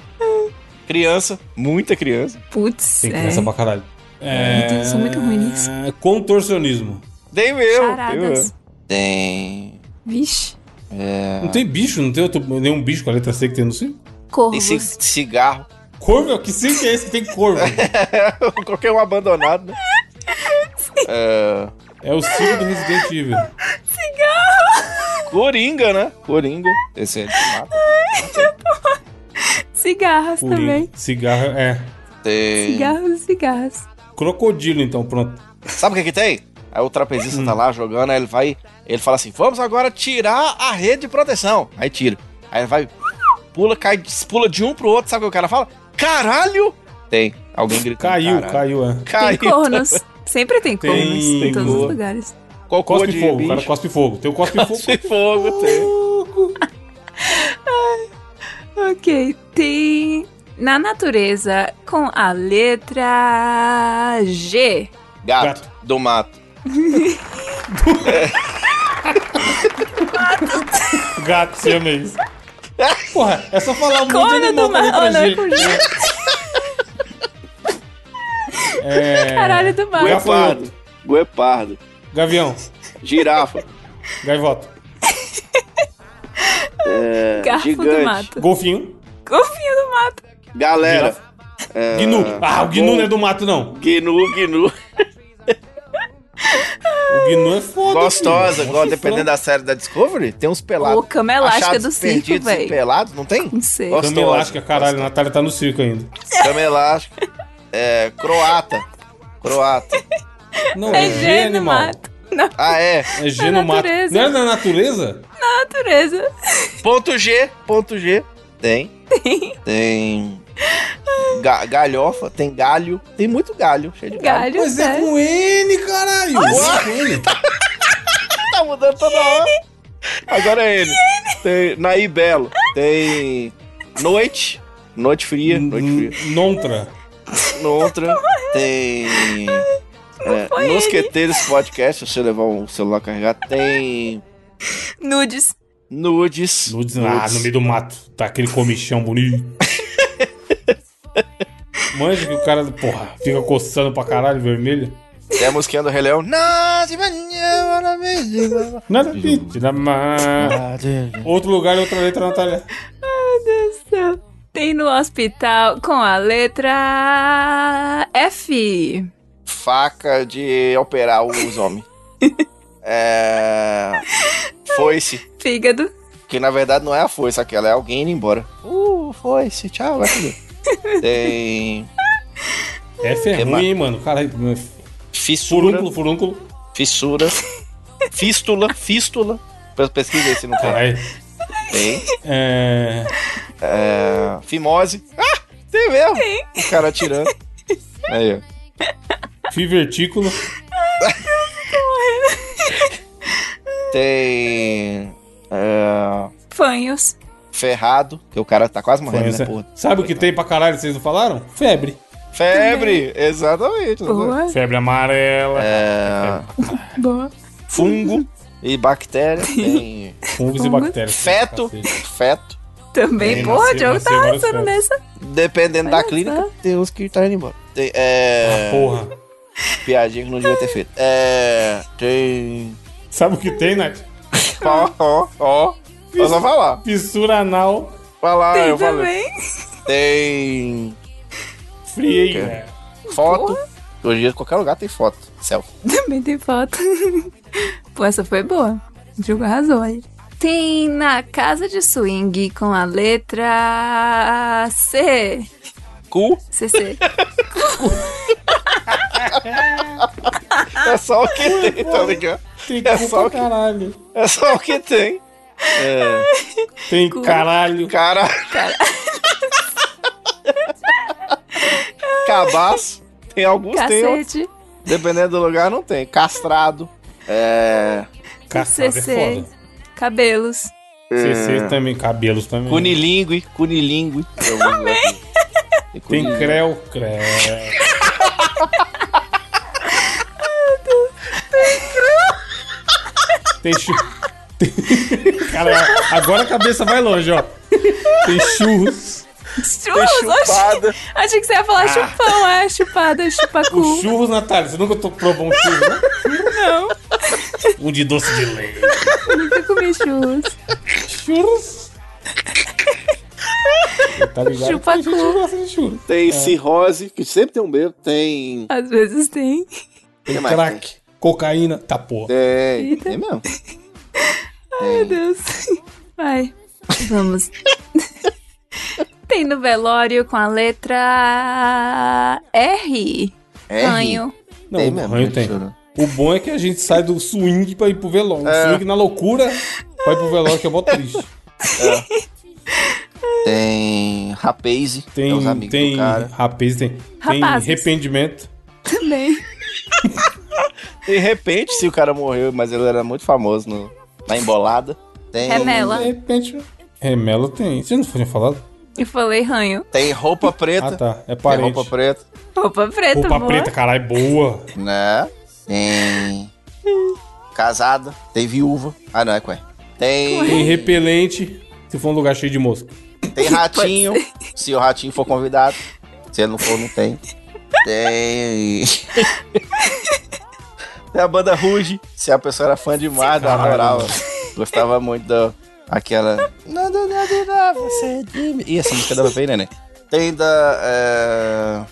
Criança, muita criança. Putz, Tem é. criança pra caralho. É, É, Meu então, Deus, eu sou muito ruim nisso. Contorcionismo. Tem mesmo. Tem. Charadas. mesmo. Tem. Vixe. É. Não tem bicho, não tem outro, nenhum bicho com a letra C que tem no circo? Tem Corvos. ci- cigarro. Corvo? Que circo é esse que tem corvo? Qualquer um abandonado, né? É, É o circo do Resident Evil. Coringa, né? Coringa. Esse é de mata. Cigarras também. Coringa. Cigarro, é. Tem. Cigarros e cigarras. Crocodilo, então, pronto. Sabe o que que tem? Aí o trapezista tá lá jogando, aí ele vai. Ele fala assim: vamos agora tirar a rede de proteção. Aí tira. Aí ele vai, pula, cai, pula de um pro outro. Sabe o que o cara fala? Caralho! Tem. Alguém gritando. Caiu, caralho. caiu, é. Caiu. Tem cornos. Sempre tem Tem cornos em todos cor. os lugares. Cocô Cospe de fogo, bicho. o cara cospe fogo. Tem o cospe fogo. Cospe fogo, tem. Ok. Tem na natureza com a letra G. Gato, do mato. Gato, se ama isso. Porra, é só falar um monte de Corno animal do com a letra mar. Oh, não, é G. com G. É... Caralho do mar. Ué. Gafanhoto. Guepardo. Guepardo. Gavião, Girafa. gaivota, é, Garfo gigante. do mato. golfinho, Golfinho do mato. Galera. É, gnu. Ah, o gnu bom. não é do mato, não. Gnu, gnu. O gnu é foda. Gostosa, filho. é igual dependendo da série da Discovery, tem uns pelados. Ô, cama elástica achados do circo, perdidos e velho. pelados, não tem? Não sei. Gosto. Cama elástica, caralho, a Natália tá no circo ainda. Cama elástica. É, croata. Croata. Não, É é G, G no animal. mato. Não, Ah, é. É G Na no mato. natureza. Não era na natureza? natureza. Ponto G, ponto G. Tem. Tem. Tem. Ga- galhofa, tem galho. Tem é né? muito galho, cheio de galho. Galho, Mas é tá? sério. com N, caralho. É com N. tá mudando toda hora. Agora é ele. Tem Naí Belo. Tem Noite. Noite Fria. Uhum. Noite Fria. Nontra. Noutra tem. É, Mosqueteiros Podcast, se você levar o celular carregado, tem. Nudes. Nudes. Nudes, ah, no meio do mato. Tá aquele comichão bonito. Manja que o cara, porra, fica coçando pra caralho, vermelho. Tem a musiquinha do Rei Leão. Na de manhã, na mesma- Nada de na mar. Ah, de- Outro lugar, outra letra, Natália. Tem no hospital com a letra F. Faca de operar os homens. É. Foice. Fígado. Que na verdade não é a foice aquela, é alguém indo embora. Uh, foice, tchau, vai comer. Tem. F é Que ruim, ma- hein, mano. Caralho, né? Fissura. furúnculo, furúnculo. Fissura. Fístula. Fístula. Pe- Pesquisa aí se não tem. Caralho. Tem. É. É, fimose. Ah, tem mesmo. O cara atirando. Aí, ó. Fivertículo. Tem. é, Fanhos. ferrado. Que o cara tá quase morrendo, né? Porra. Sabe o que tem pra caralho, vocês não falaram? Febre. Febre. Exatamente. Boa. Febre amarela. É, Boa. fungo e bactéria. Tem. Fungos e bactérias. Feto. Cacete. Feto. Também, Bem, porra, nasceu- o Diogo nasceu tá vários arrasando nessa. Dependendo da Olha clínica, tem uns que tá indo embora. Tem. É. Porra. Piadinha que não devia ter feito. É. Tem. Sabe o que tem, Nath? Ó, ó, ó. Eu só falar. Fissura anal Falar, Ah, Tem eu falei. também. Tem. frieira. Foto. Hoje em dia, qualquer lugar tem foto. Selfie. Também tem foto. Pô, essa foi boa. O Diogo arrasou aí. Tem na casa de swing com a letra C. Cu CC. é só o que tem, tá ligado? Tem É cu só pra o que- caralho. É só o que tem. É. Tem caralho. Cara. Cabaço. Tem alguns, tem outros. Cacete. Dependendo do lugar, não tem. Castrado. É. Caçada é CC. foda. Cabelos. É. CC também, cabelos Hum. também. Cunilingue. Cunilingue. Também. Tem creu, creu. Tem churros. Cara, agora a cabeça vai longe, ó. Tem churros. Churros, chupada. oxi. Achei que você ia falar Ah. chupão, é chupada, Os chupacu. churros, Natália. Você nunca to- provou um churro, né? Não. Um de doce de leite. Nunca comi churros. Churros. Tá ligado? Chupa Tem gente que cu. gosta de churros. Tem cirrose, que sempre tem um bebo. Tem. Às vezes tem. Tem que mais crack, cocaína. Tá, porra. Tem. Tem mesmo. Meu Deus. Vai. Vamos. Tem no velório com a letra R. Ranho. Não, Tem o mesmo, ranho tem. chorando. O bom é que a gente sai do swing pra ir pro velório. É. O Swing na loucura pra ir pro velório, que é mó triste. Tem rapaze, Tem, tem os amigos tem do cara. rapaz, tem, tem Rapazes. arrependimento. Também. De repente, se o cara morreu, mas ele era muito famoso no, na embolada. Tem, Remela. De repente. Remela tem. Você não tinha falado? Eu falei ranho. tem roupa preta. Ah, tá. É Tem parente. roupa preta. Roupa preta, Roupa amor. preta, caralho, boa. Né? Tem. Casada. Tem viúva. Ah, não, é qual é? Tem Tem, repelente, se for um lugar cheio de mosca. tem ratinho. Se o ratinho for convidado. Se ele não for, não tem. Tem. tem a banda Ruge. Se a pessoa era fã demais, eu Caralho. adorava. Gostava muito da. Aquela. Nada, nada, nada, você é de mim. Ih, essa música dava bem, neném. Tem da. É...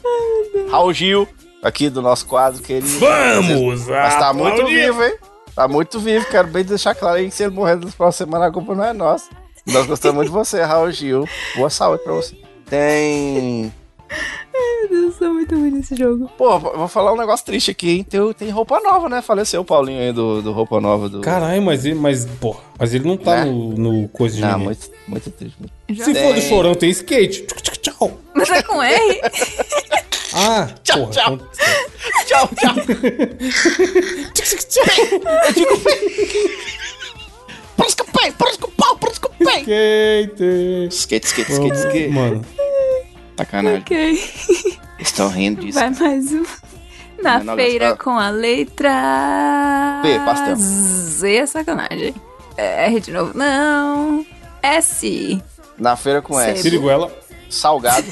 Raul Gil, aqui do nosso quadro, querido. Vamos! Mas tá aplaudir. muito vivo, hein? Tá muito vivo, quero bem deixar claro aí que se ele morrer nas próximas semanas, a culpa não é nossa. Nós gostamos muito de você, Raul Gil. Boa saúde pra você. Tem. Meu Deus, tá muito ruim esse jogo. Pô, vou falar um negócio triste aqui, hein? Tem, tem roupa nova, né? Faleceu o Paulinho aí do, do roupa nova do. Caralho, mas ele, mas, porra, mas ele não tá Né? no, no coisa de Não, ninguém. muito, muito triste. muito- Se Tem. for do chorão, tem é skate. Tchau, tchau, tchau. Mas é com R? Ah, porra. então- Tchau, tchau. Por isso que eu pego, por isso que eu pau, por isso que eu pego. Skate. Skate, skate, skate, skate. Mano, Sacanagem. Ok. Estão rindo disso. Vai mais um. Na Menor feira gastado. com a letra. P, pastel. Z é sacanagem. É R de novo, não. S. Na feira com S. Sebo. siriguela. Salgado.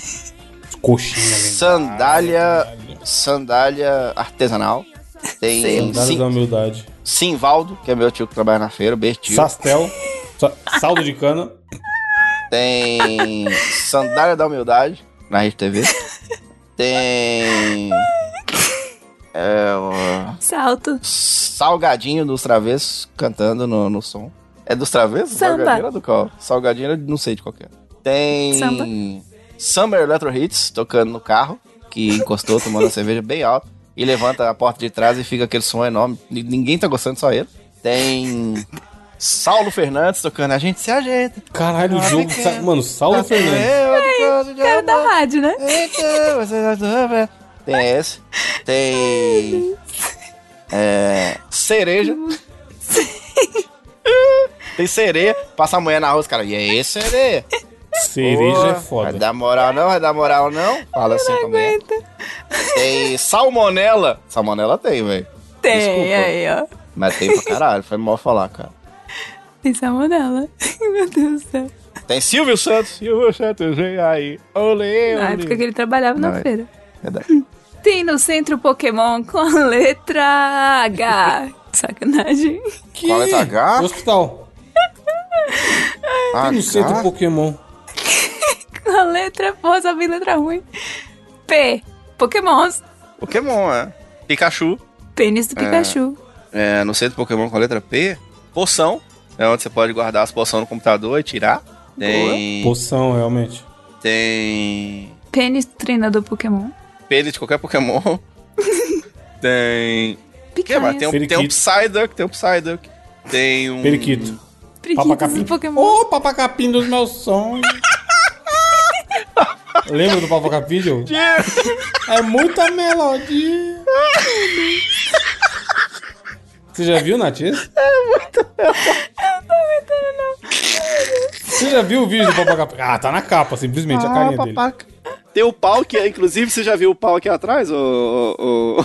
Coxinha, né? Sandália. Sandália artesanal. Tem Sim. Sandália da Sim- humildade. Simvaldo, que é meu tio que trabalha na feira, beijo tio. Sastel. sa- Saldo de cana. Tem Sandália da Humildade na Rede TV. Tem. É, o Salto. Salgadinho dos Travessos cantando no, no som. É dos Travessos? Samba. Salgadinho era do qual? Salgadinho era de- não sei de qual que é. Tem. Samba. Summer Electro Hits tocando no carro, que encostou tomando a cerveja bem alto. E levanta a porta de trás e fica aquele som enorme. Ni- Ninguém tá gostando, só ele. Tem. Saulo Fernandes tocando, a gente se ajeita. Caralho, o jogo. sa- Mano, Saulo Fernandes. é Cara da rádio, né? Tem esse. Tem. É. Cereja. Tem sereia. Passa a mulher na rua, os caras. E aí, sereia? Cereja é Pô, Vai foda. dar moral não, vai dar moral não. Fala assim também. Tem salmonela. Salmonela tem, velho. Tem Desculpa. aí, ó. Mas tem pra caralho. Foi mal falar, cara. Tem salmonela. Meu Deus do céu. Tem Silvio Santos. Silvio Santos, vem aí. Olê, Na época que ele trabalhava na Não, é. feira. Verdade. Tem no centro Pokémon com a letra H. Sacanagem. Que? Qual é essa H? Hospital. Ah, Tem no centro cara. Pokémon. Com a letra. Pô, só vi letra ruim. P. Pokémons. Pokémon, é. Pikachu. Pênis do Pikachu. É, no centro Pokémon com a letra P. Poção. É onde você pode guardar as poções no computador e tirar. Tem. Poção, realmente. Hum. Tem. Pênis do treinador Pokémon. Pele de qualquer Pokémon. tem. O que mais? Tem um, tem um Periquito. Psyduck, tem um Psyduck. Tem um. Periquito. Preguiças Papacapim. do Pokémon. Ô, papacapim dos meus sonhos. Lembra do papacapim, Joe? É muita melodia. Você já viu, Nath? isso? É Você já viu o vídeo do papacapim? Ah, tá na capa, simplesmente, Ah, a carinha dele. Tem o pau que, é, inclusive, você já viu o pau aqui atrás, ô. ô, ô...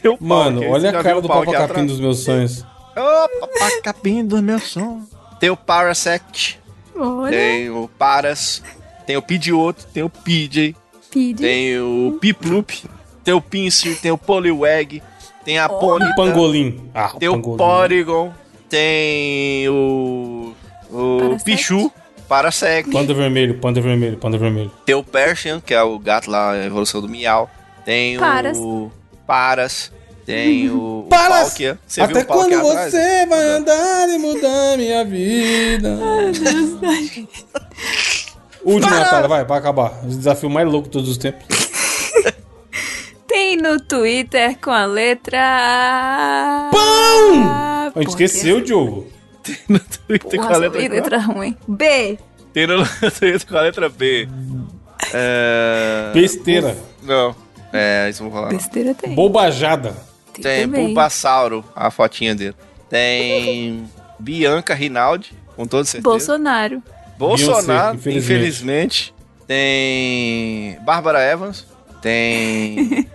Tem o pau Mano, aqui, você olha já a viu cara o do pau aqui papacapim atrás? dos meus sonhos. Ô, papacapim dos meus sonhos. Tem o Parasect. Olha, Oh! Tem o Paras, tem o Pidioto, tem o Pidgey, Pidge. tem o Piplup, tem o Pinsir, tem o Poliwag, tem a Pony, Pangolim. Ah, tem o pangolim. Porygon, tem o. o Parasect. Pichu, Parasect, Panda vermelho, panda vermelho, panda vermelho. tem o Persian, que é o gato lá, a evolução do Miau, tem Paras. o. Paras, tem o. o Paras! Palkia. Você viu Até o Palkia quando atrás? você vai andar e mudar minha vida? Última batalha, vai, pra acabar. O desafio mais louco de todos os tempos. Tem no Twitter com a letra. Pão! A Pô, gente esqueceu, Diogo. No Twitter Porra, com a só vi letra. letra ruim. B. Tem no Twitter com a letra B. É... Besteira. Não. É, isso eu vou falar. não. Besteira tem. Bobajada. Tem, Tem também. Bulbasauro, a fotinha dele. Tem Bianca Rinaldi, com toda certeza. Bolsonaro. Bolsonaro, Beyoncé, infelizmente. Tem Bárbara Evans. Tem.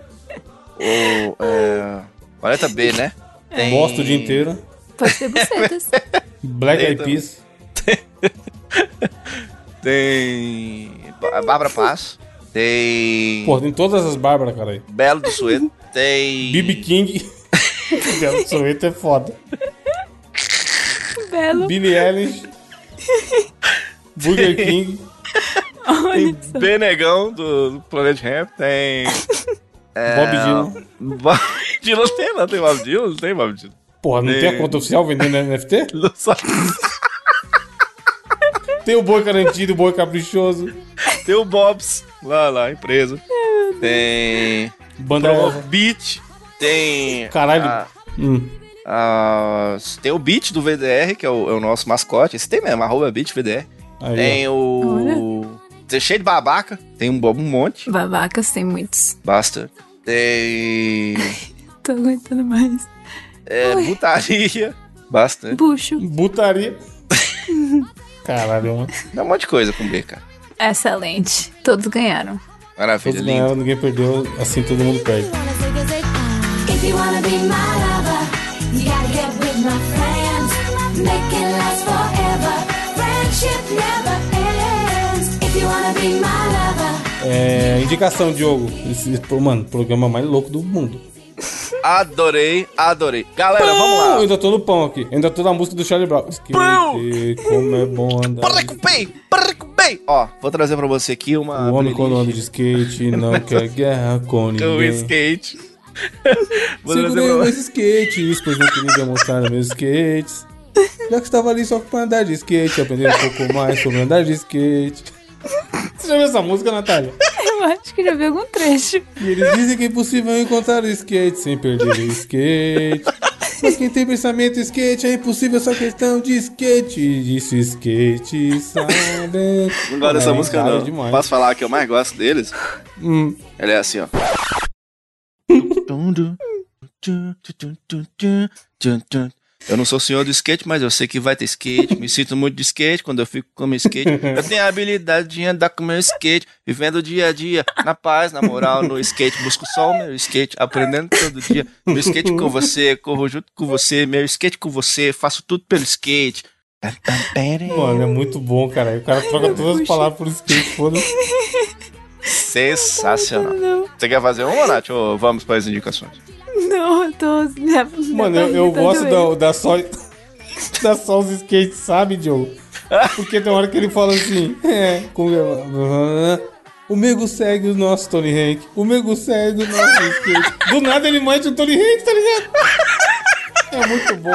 o. É, a letra B, né? Tem. Bosta o dia inteiro. Pode ser tá bucetas. Black Tem Eyed também. Peas. Tem. Bá- Bárbara Paz. Tem. Pô, tem todas as Bárbaras, cara aí. Belo do Sueto. Tem. BB King. Belo Soweto é foda. Belo. Billy Ellis. Burger King. Olha só. Benegão do, do Planet Ramp. Tem. é, Bob Dylan. Bob Dylan tem, não tem Bob Dylan? Não tem Bob Dylan. Porra, não tem a Tem. conta oficial vendendo NFT? Não sabe. Tem o boi garantido, o boi caprichoso. Tem o Bob's, lá, lá, a empresa. Tem. Banda Pro Nova. Beat. Tem. Caralho. a- Hum. a- tem o Beat do VDR, que é o, é o nosso mascote. Esse tem mesmo, arroba Beat VDR. Aí, Tem o. Tem cheio de babaca. Tem um, bo- um monte. Babacas tem muitos. Basta. Tem. Tô aguentando mais. É, putaria. Basta. Bucho. Butaria. Caralho, mano. Dá um monte de coisa com B, cara. Excelente. Todos ganharam. Maravilha, Todos lindo. ganharam, ninguém perdeu. Assim todo mundo perde. uh, If you wanna be my lover, you gotta get with my friends. Make it last forever. Friendship never ends. If you wanna be my lover, É, indicação, Diogo. Esse, pô, mano, programa mais louco do mundo. Adorei, adorei. Galera, vamos Eu lá. ainda tô no pão aqui. Ainda tô na música do Charlie Ah. Brown. Pão! Que, como é bom andar. Parrecupei, parrecupei. Ó, vou trazer pra você aqui uma. O homem com o playlist nome de skate não quer guerra com com ninguém. skate. Vou trazer Segurei pra você. meus skates, pois não queria mostrar meus skates. Já que estava ali só pra andar de skate, aprender um pouco mais sobre andar de skate. Você já viu essa música, Natália? Eu acho que já vi algum trecho. E eles dizem que é impossível encontrar o skate sem perder o skate. Mas quem tem pensamento skate é impossível só questão de skate. Disse skate, sabe? Não gosto dessa É, música, cara, é não. demais. Hum. Posso falar a que eu mais gosto deles? Ela é assim, ó. Eu não sou senhor do skate, mas eu sei que vai ter skate. Me sinto muito de skate quando eu fico com meu skate. Eu tenho a habilidade de andar com meu skate, vivendo o dia a dia, na paz, na moral, no skate. Busco só o meu skate, aprendendo todo dia. Meu skate com você, corro junto com você, meu skate com você, faço tudo pelo skate. Mano, é muito bom, cara. O cara troca todas as palavras por skate, foda-se. Sensacional. Não, Você quer fazer uma, Nath? Ou vamos para as indicações? não, eu tô. Minha, minha Mano, eu, eu barriga tá gosto doendo. da, da só. Da só os skates, sabe, Diogo? Porque tem hora que ele fala assim. É, com... O Mego segue o nosso Tony Hank. O Mego segue o nosso skate. Do nada ele manda o Tony Hank, tá ligado? É muito bom.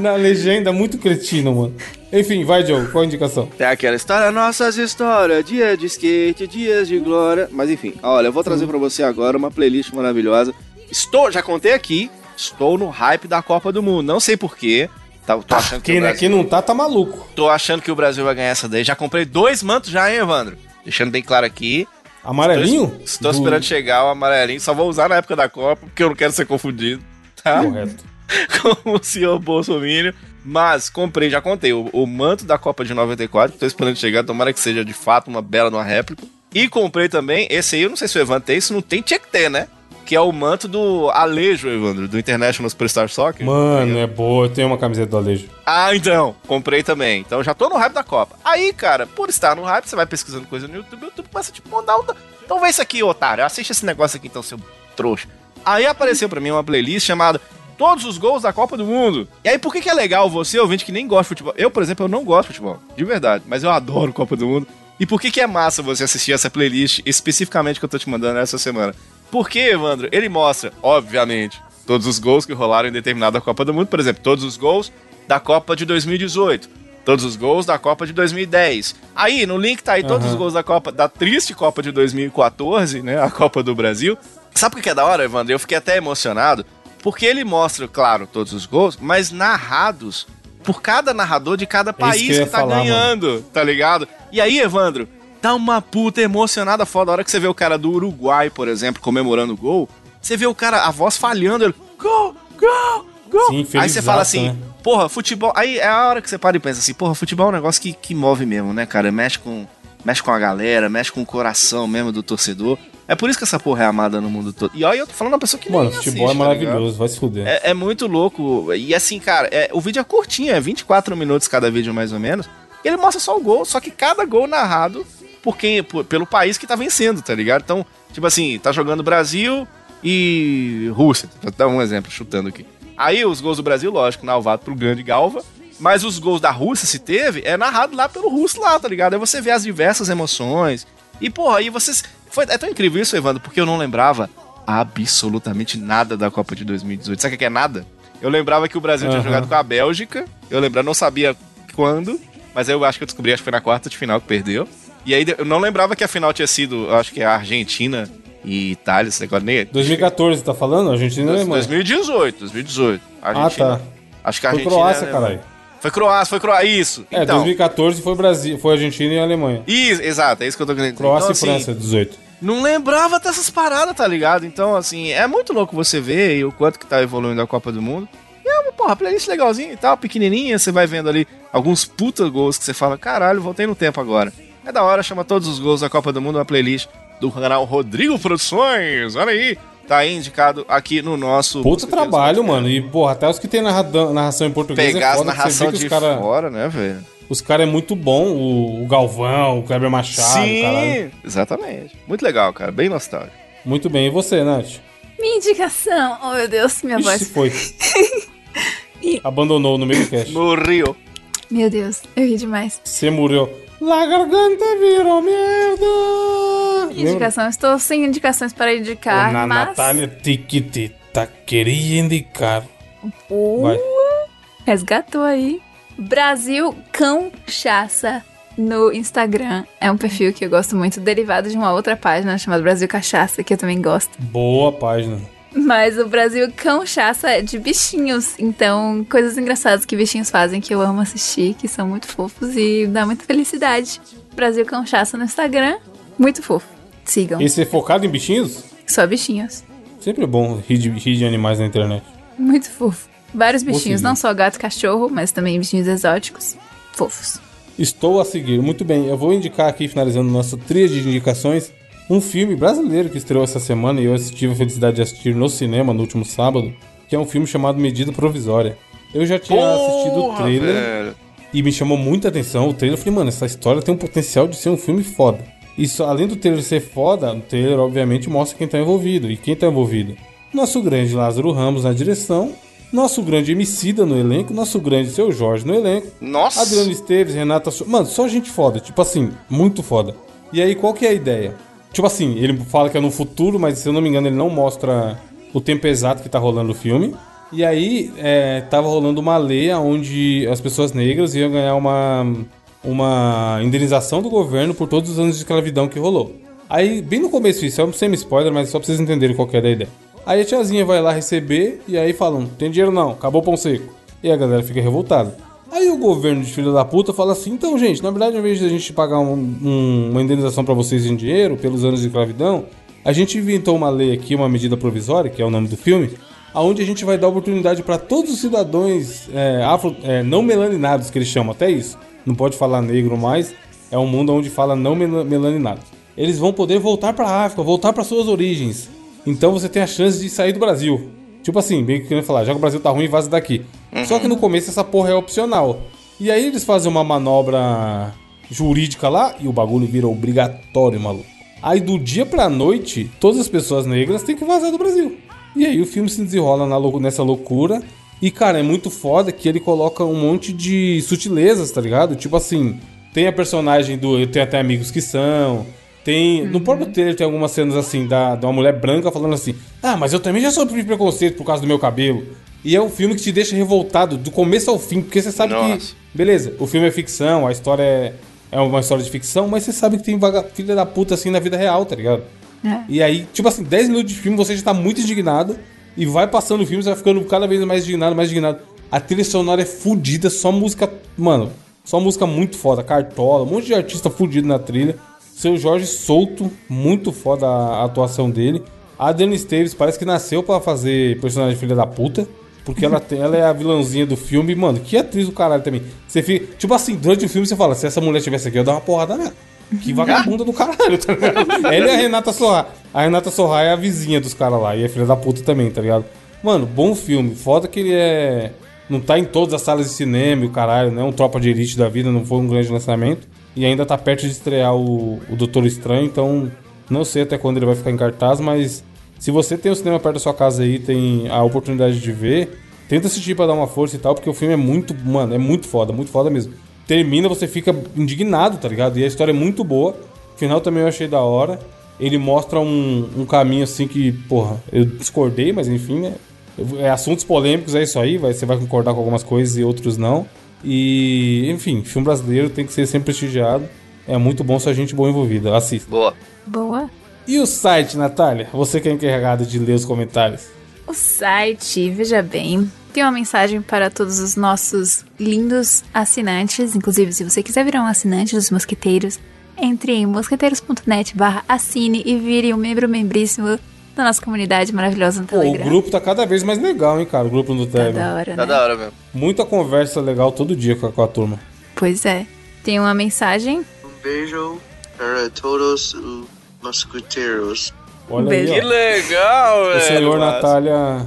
Na legenda, muito cretino, mano. Enfim, vai, Diogo. Qual a indicação? Tem aquela história, nossas histórias, dia de skate, dias de glória. Mas enfim, olha, eu vou trazer pra você agora uma playlist maravilhosa. Estou, já contei aqui, estou no hype da Copa do Mundo. Não sei porquê. Tá, tô, achando que o Quem, Brasil, quem não tá, tá maluco. tô achando que o Brasil vai ganhar essa daí. Já comprei dois mantos já, hein, Evandro? Deixando bem claro aqui. Amarelinho? Estou, estou Do- esperando chegar o amarelinho. Só vou usar na época da Copa, porque eu não quero ser confundido. Tá? Correto. com o senhor Bolsonaro. Mas comprei, já contei, o, o manto da Copa de 94. Tô esperando chegar, tomara que seja de fato uma bela de uma réplica. E comprei também, esse aí, eu não sei se o Evandro tem, isso não tem, tinha que ter, né? Que é o manto do Alejo, Evandro, do International Superstar Soccer. Mano, é boa. Eu tenho uma camiseta do Alejo. Ah, então, comprei também. Então já tô no hype da Copa. Aí, cara, por estar no hype, você vai pesquisando coisa no YouTube, o YouTube começa a te mandar outra. Então vê isso aqui, otário. Assiste esse negócio aqui, então, seu trouxa. Aí apareceu pra mim uma playlist chamada Todos os Gols da Copa do Mundo. E aí, por que, que é legal você, ouvinte, que nem gosta de futebol? Eu, por exemplo, eu não gosto de futebol, de verdade, mas eu adoro Copa do Mundo. E por que, que é massa você assistir essa playlist especificamente que eu tô te mandando essa semana? Porque, Evandro, ele mostra, obviamente, todos os gols que rolaram em determinada Copa do Mundo. Por exemplo, todos os gols da Copa de 2018. Todos os gols da Copa de 2010. Aí, no link tá aí todos Aham. os gols da Copa, da triste Copa de 2014, né? A Copa do Brasil. Sabe o que que é da hora, Evandro? Eu fiquei até emocionado, porque ele mostra, claro, todos os gols, mas narrados por cada narrador de cada É que país eu que, ia tá falar, mano. ganhando, tá ligado? E aí, Evandro, dá uma puta emocionada foda. A hora que você vê o cara do Uruguai, por exemplo, comemorando o gol, você vê o cara, a voz falhando, ele, gol, gol, gol. Sim, aí você fala felizaço, assim, né? porra, futebol. Aí é a hora que você para e pensa assim, porra, futebol é um negócio que, que move mesmo, né, cara? Mexe com, mexe com a galera, mexe com o coração mesmo do torcedor. É por isso que essa porra é amada no mundo todo. E olha, eu tô falando uma pessoa que Mano, nem futebol é assiste, tá ligado? maravilhoso. vai se fuder. É, é muito louco. E assim, cara, é- o vídeo é curtinho, é 24 minutos cada vídeo, mais ou menos. E ele mostra só o gol, só que cada gol narrado por quem, por- pelo país que tá vencendo, tá ligado? Então, tipo assim, tá jogando Brasil e Rússia. Pra dar um exemplo, chutando aqui. Aí os gols do Brasil, lógico, nalvado pro grande Galva. Mas os gols da Rússia, se teve, é narrado lá pelo russo lá, tá ligado? Aí você vê as diversas emoções. E, porra, aí vocês. Foi, é tão incrível isso, Evandro, porque eu não lembrava absolutamente nada da Copa de 2018. Sabe o que é nada? Eu lembrava que o Brasil tinha Aham. jogado com a Bélgica. Eu lembrava, não sabia quando, mas aí eu acho que eu descobri, acho que foi na quarta de final que perdeu. E aí eu não lembrava que a final tinha sido, eu acho que a Argentina e Itália, esse negócio nem. é 2014, tá falando? A Argentina e Alemanha. 2018, 2018. A Ah, Argentina. tá. Acho que a Foi Argentina. e a Croácia, Alemanha. caralho. Foi Croácia, foi Croácia. Isso. É, então. 2014 foi Brasil, foi Argentina e Alemanha. Isso, exato, é isso que eu tô querendo dizer. Croácia Então, e assim, França, 18. Não lembrava dessas paradas, tá ligado? Então, assim, é muito louco você ver aí o quanto que tá evoluindo a Copa do Mundo. E é uma, porra, playlist legalzinha e tal, pequenininha. Você vai vendo ali alguns puta gols que você fala, caralho, voltei no tempo agora. É da hora, chama todos os gols da Copa do Mundo uma playlist do canal Rodrigo Produções. Olha aí, tá aí indicado aqui no nosso. Puta trabalho, mano. E, porra, até os que tem narradão- narração em português é. Pegar é as foda, que você vê narração que os de caras fora, né, velho? os cara é muito bom. O, o Galvão, o Kleber Machado, caralho. exatamente. Muito legal, cara. Bem nostálgico. Muito bem. E você, Nath? Minha indicação. Oh, meu Deus, minha Ixi, voz. foi. Abandonou no meio do cast. No Rio. Meu Deus, eu ri demais. Você morreu. La garganta virou merda. Minha indicação. Estou sem indicações para indicar, Na mas... Natália Tiquitita queria indicar. Uh, Vai. Resgatou aí. Brasil Cão Chaça no Instagram. É um perfil que eu gosto muito, derivado de uma outra página chamada Brasil Cachaça, que eu também gosto. Boa página. Mas o Brasil Cão Chaça é de bichinhos. Então, coisas engraçadas que bichinhos fazem que eu amo assistir, que são muito fofos e dá muita felicidade. Brasil Cão Chaça no Instagram, muito fofo. Sigam. Esse é focado em bichinhos? Só bichinhos. Sempre é bom rir de, rir de animais na internet. Muito fofo. Vários bichinhos, Fofinho. não só gato e cachorro, mas também bichinhos exóticos. Fofos. Estou a seguir. Muito bem, eu vou indicar aqui, finalizando o nosso trio de indicações, um filme brasileiro que estreou essa semana e eu assisti- tive a felicidade de assistir no cinema no último sábado, que é um filme chamado Medida Provisória. Eu já tinha assistido o Porra, trailer. velho. E me chamou muita atenção o trailer. Eu falei, mano, essa história tem um potencial de ser um filme foda. E só, além do trailer ser foda, o trailer obviamente mostra quem tá envolvido. E quem tá envolvido? Nosso grande Lázaro Ramos na direção, nosso grande Emicida no elenco, nosso grande Seu Jorge no elenco, Nossa. Adriano Esteves, Renata... So- Mano, só gente foda. Tipo assim, muito foda. E aí, qual que é a ideia? Tipo assim, ele fala que é no futuro, mas se eu não me engano, ele não mostra o tempo exato que tá rolando o filme. E aí, é, tava rolando uma lei onde as pessoas negras iam ganhar uma, uma indenização do governo por todos os anos de escravidão que rolou. Aí, bem no começo, isso é um semi-spoiler, mas só pra vocês entenderem qual que era a ideia. Aí a tiazinha vai lá receber e aí falam, tem dinheiro não, acabou o pão seco. E a galera fica revoltada. Aí o governo de filho da puta fala assim: então, gente, na verdade, ao invés de a gente pagar um- um- uma indenização pra vocês em dinheiro pelos anos de escravidão, a gente inventou uma lei aqui, uma medida provisória, que é o nome do filme, aonde a gente vai dar oportunidade pra todos os cidadãos é, afro- é, não melaninados, que eles chamam até isso. Não pode falar negro mais, é um mundo onde fala não mel- melaninados. Eles vão poder voltar pra África, voltar pra suas origens. Então você tem a chance de sair do Brasil. Tipo assim, meio que querendo falar, já que o Brasil tá ruim, vaza daqui. Só que no começo essa porra é opcional. E aí eles fazem uma manobra jurídica lá e o bagulho vira obrigatório, maluco. Aí do dia pra noite, todas as pessoas negras têm que vazar do Brasil. E aí o filme se desenrola na lou- nessa loucura. E, cara, é muito foda que ele coloca um monte de sutilezas, tá ligado? Tipo assim, tem a personagem do Eu Tenho Até Amigos Que São, tem. No próprio trailer tem algumas cenas assim, da, de uma mulher branca falando assim: Ah, mas eu também já sofri preconceito por causa do meu cabelo. E é um filme que te deixa revoltado do começo ao fim, porque você sabe Nossa. que. Beleza, o filme é ficção, a história é, é uma história de ficção, mas você sabe que tem vaga, filha da puta assim na vida real, tá ligado? É. E aí, tipo assim, 10 minutos de filme, você já tá muito indignado. E vai passando o filme, você vai ficando cada vez mais indignado, mais indignado. A trilha sonora é fudida, só música. Mano, só música muito foda. Cartola, um monte de artista fudido na trilha. Seu Jorge Souto, muito foda a a atuação dele. A Adriana Esteves parece que nasceu pra fazer personagem filha da puta. Porque ela, tem- ela é a vilãzinha do filme, mano. Que atriz do caralho também. Você fica. Tipo assim, durante o filme você fala: se essa mulher tivesse aqui, eu dava uma porrada nela. Que vagabunda do caralho, tá ligado? Ela e a Renata Sorra. A Renata Sorra é a vizinha dos caras lá. E é filha da puta também, tá ligado? Mano, bom filme. Foda que ele é. Não tá em todas as salas de cinema e o caralho, né? Um tropa de elite da vida, não foi um grande lançamento. E ainda tá perto de estrear o, o Doutor Estranho, então. Não sei até quando ele vai ficar em cartaz, mas. Se você tem o cinema perto da sua casa aí, tem a oportunidade de ver, tenta assistir pra dar uma força e tal, porque o filme é muito, mano, é muito foda, muito foda mesmo. Termina, você fica indignado, tá ligado? E a história é muito boa. O final também eu achei da hora. Ele mostra um, um caminho assim que, porra, eu discordei, mas enfim, né? Eu- É assuntos polêmicos, é isso aí. Vai, você vai concordar com algumas coisas e outros não. E, enfim, filme brasileiro tem que ser sempre prestigiado. É muito bom se a gente boa envolvida. Assista. Boa. Boa. E o site, Natália? Você que é encarregada de ler os comentários. O site, veja bem, Tem uma mensagem para todos os nossos lindos assinantes. Inclusive, se você quiser virar um assinante dos mosqueteiros, entre em mosqueteiros.net barra assine e vire um membro membríssimo da nossa comunidade maravilhosa no Pô, o Telegram. grupo é tá cada vez mais legal, hein, cara? O grupo do Tá Telegram. da hora, Tá né? da hora mesmo. Muita conversa legal todo dia com a, com a turma. Pois é. Tem uma mensagem. beijo para todos os mosquiteiros. Olha Beijo. aí, Que ó. legal, velho. O senhor massa. É. Natália.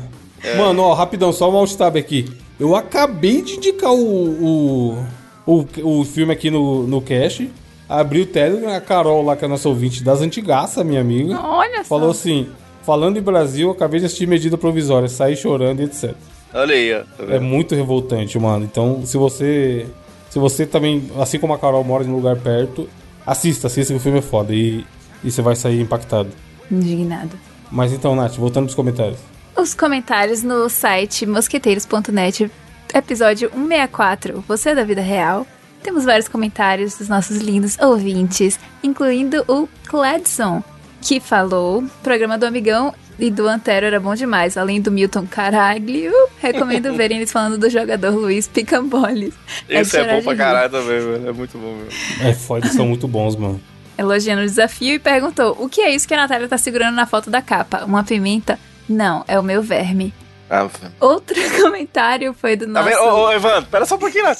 Mano, ó, rapidão, só um alt-tab aqui. Eu acabei de indicar o, o, o, o filme aqui no, no cast. Abri o Telegram, a Carol lá, que é a nossa ouvinte das antigaça, minha amiga. Olha só. Falou assim: falando em Brasil, acabei de assistir medida provisória, saí chorando e etc. Olha aí, ó. Tá É vendo? muito revoltante, mano. Então, se você. Se você também, assim como a Carol mora em um lugar perto, assista, assista que o filme é foda e, e você vai sair impactado. Indignado. Mas então, Nath, voltando nos comentários. Os comentários no site mosqueteiros.net, episódio 164, Você é da Vida Real. Temos vários comentários dos nossos lindos ouvintes, incluindo o Cledson, que falou: programa do Amigão e do Antero era bom demais, além do Milton Caraglio. Recomendo verem eles falando do jogador Luiz Picamboles. Esse de é chorar bom de pra rir. caralho também, velho. É muito bom mesmo. É foda, eles são muito bons, mano. Elogiando o desafio e perguntou: o que é isso que a Natália tá segurando na foto da capa? Uma pimenta? Não, é o meu verme. Ah, velho. Outro comentário foi do Tá nosso. vendo? Ô, ô, Evandro, pera só um pouquinho, né?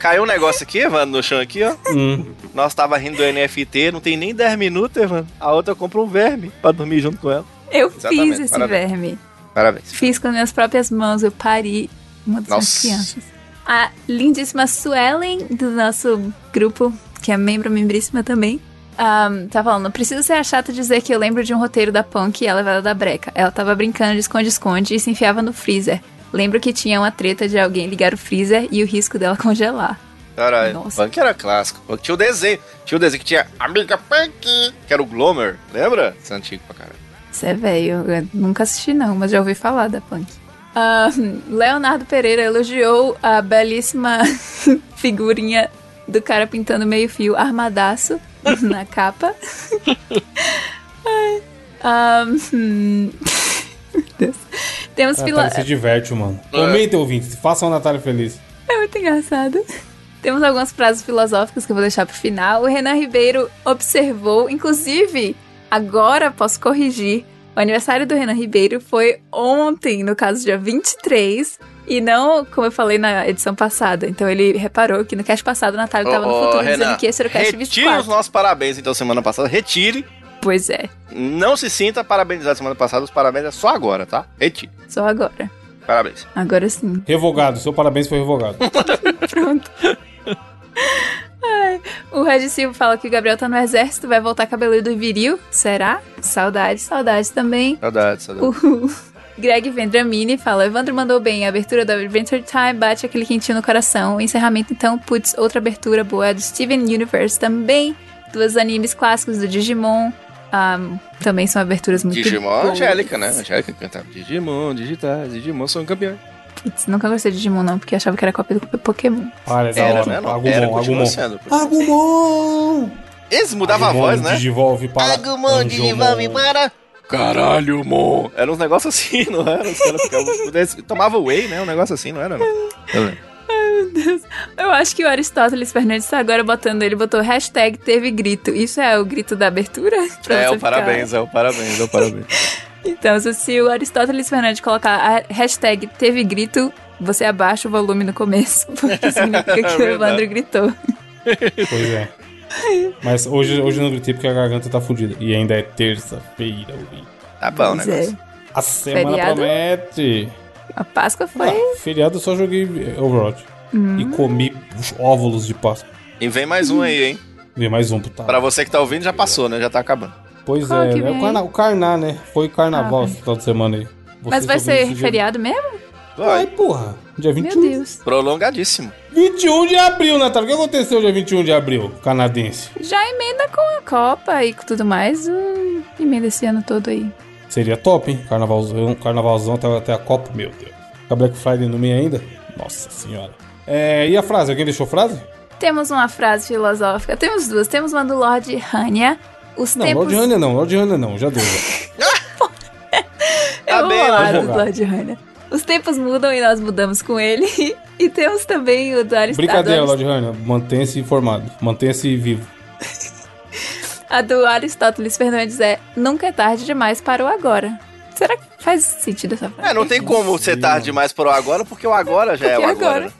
Caiu um negócio aqui, Evandro, no chão aqui, ó. Hum. Nós tava rindo do NFT, não tem nem 10 minutos, Evandro. A outra compra um verme pra dormir junto com ela. Eu Exatamente, fiz esse parabéns. verme. Parabéns. Fiz com minhas próprias mãos. Eu pari uma das minhas Nossa. crianças. A lindíssima Suelen, do nosso grupo, que é membro membríssima também, ahm, tá falando: preciso ser a chata de dizer que eu lembro de um roteiro da Punk e ela era da breca. Ela tava brincando de esconde-esconde e se enfiava no freezer. Lembro que tinha uma treta de alguém ligar o freezer e o risco dela congelar. Caralho. Nossa. Punk era clássico. Punk tinha o desenho. Tinha o desenho que tinha Amiga Punk, que era o Glomer. Lembra? Isso é antigo pra caralho. Isso é velho, eu nunca assisti não, mas já ouvi falar da punk. Ah, Leonardo Pereira elogiou a belíssima figurinha do cara pintando meio fio armadaço na capa. Ai. Ah, hum. Meu Deus. Temos A fila... Natália se diverte, mano. É. Comenta, ouvintes, façam a Natália feliz. É muito engraçado. Temos algumas frases filosóficas que eu vou deixar pro final. O Renan Ribeiro observou, inclusive, agora posso corrigir. O aniversário do Renan Ribeiro foi ontem, no caso, dia 23, e não como eu falei na edição passada. Então ele reparou que no cast passado o Natália estava no Ô, ô, futuro, Renan, dizendo que esse era o cast Retire os 24. nossos parabéns, então, semana passada. Retire. Pois é, Não se sinta parabenizado semana passada. Os parabéns é só agora, tá? Retire. só agora. Parabéns. Agora sim. Revogado, seu parabéns foi revogado. Pronto. Ai, O Red Silva fala que o Gabriel tá no exército, vai voltar cabeludo e viril. Será? Saudade, saudade também. Saudade, saudade. O Greg Vendramini fala: Evandro mandou bem, a abertura da Adventure Time bate aquele quentinho no coração. O encerramento, então, putz, outra abertura boa é do Steven Universe também. Duas animes clássicos do Digimon. ahm, também são aberturas muito Digimon boas. Angélica, né? Angélica cantava Digimon, digitais, Digimon um são campeões. Putz, nunca gostei de Digimon, não, porque eu achava que era cópia do Pokémon. Para, é da Era, hora. né? Não, Agumon, era, continua Agumon. sendo. Agumon! Eles mudavam a Agumon voz, né? Digivolve para. Anjomon. para... Caralho, mon! Era uns negócios assim, não era? Os caras ficavam... Eles tomavam whey, né? Um negócio assim, não era? Não. Eu acho que o Aristóteles Fernandes tá agora botando, ele botou hashtag teve grito. Isso é o grito da abertura? Pra É, você o ficar- parabéns, é o parabéns, é o parabéns. Então, se- se o Aristóteles Fernandes colocar a hashtag teve grito, você abaixa o volume no começo, porque significa que o É Verdade. Um Evandro gritou. Pois é. Mas hoje, hoje eu não gritei porque a garganta tá fodida. E ainda é terça-feira, ouvinte. Tá bom, né? Pois é. A semana Feriado? É. promete. A Páscoa foi. Ah, feriado eu só joguei Overwatch. Hum. E comi os óvulos de Páscoa. E vem mais um aí, hein? Vem mais um, puta. Pra você que tá ouvindo, já passou, né? Já tá acabando. Pois Qual é, que né? vem? o, carna... o carná, né? Foi carnaval Ah, esse final de semana aí. Vocês Mas estão vai ouvindo ser esse dia- feriado mesmo? Vai, Vai. porra. Dia Meu Uhum. 21. Deus. Prolongadíssimo. 21 de abril, Natália. O que aconteceu dia 21 de abril, canadense? Já emenda com a Copa e com tudo mais. Hum, emenda esse ano todo aí. Seria top, hein? Carnavalzão, carnavalzão até, até a Copa, meu Deus. Com a Black Friday no meio ainda? Nossa senhora. É, e a frase? Alguém deixou frase? Temos uma frase filosófica. Temos duas. Temos uma do Lorde Hania. Os Não, tempos. Lord Hania não, Lord Hania não, já deu. já. Eu Tá vou bem, falar né, do advogado? Lorde Hania. Os tempos mudam e nós mudamos com ele. E temos também o do Brincadeira, Aristóteles. Lorde Hanna. Mantenha-se informado. Mantenha-se vivo. A do Aristóteles Fernandes é Nunca é tarde demais para o agora. Será que faz sentido essa frase? É, não tem como ser tarde demais para o agora, porque o agora já é o Porque agora. agora.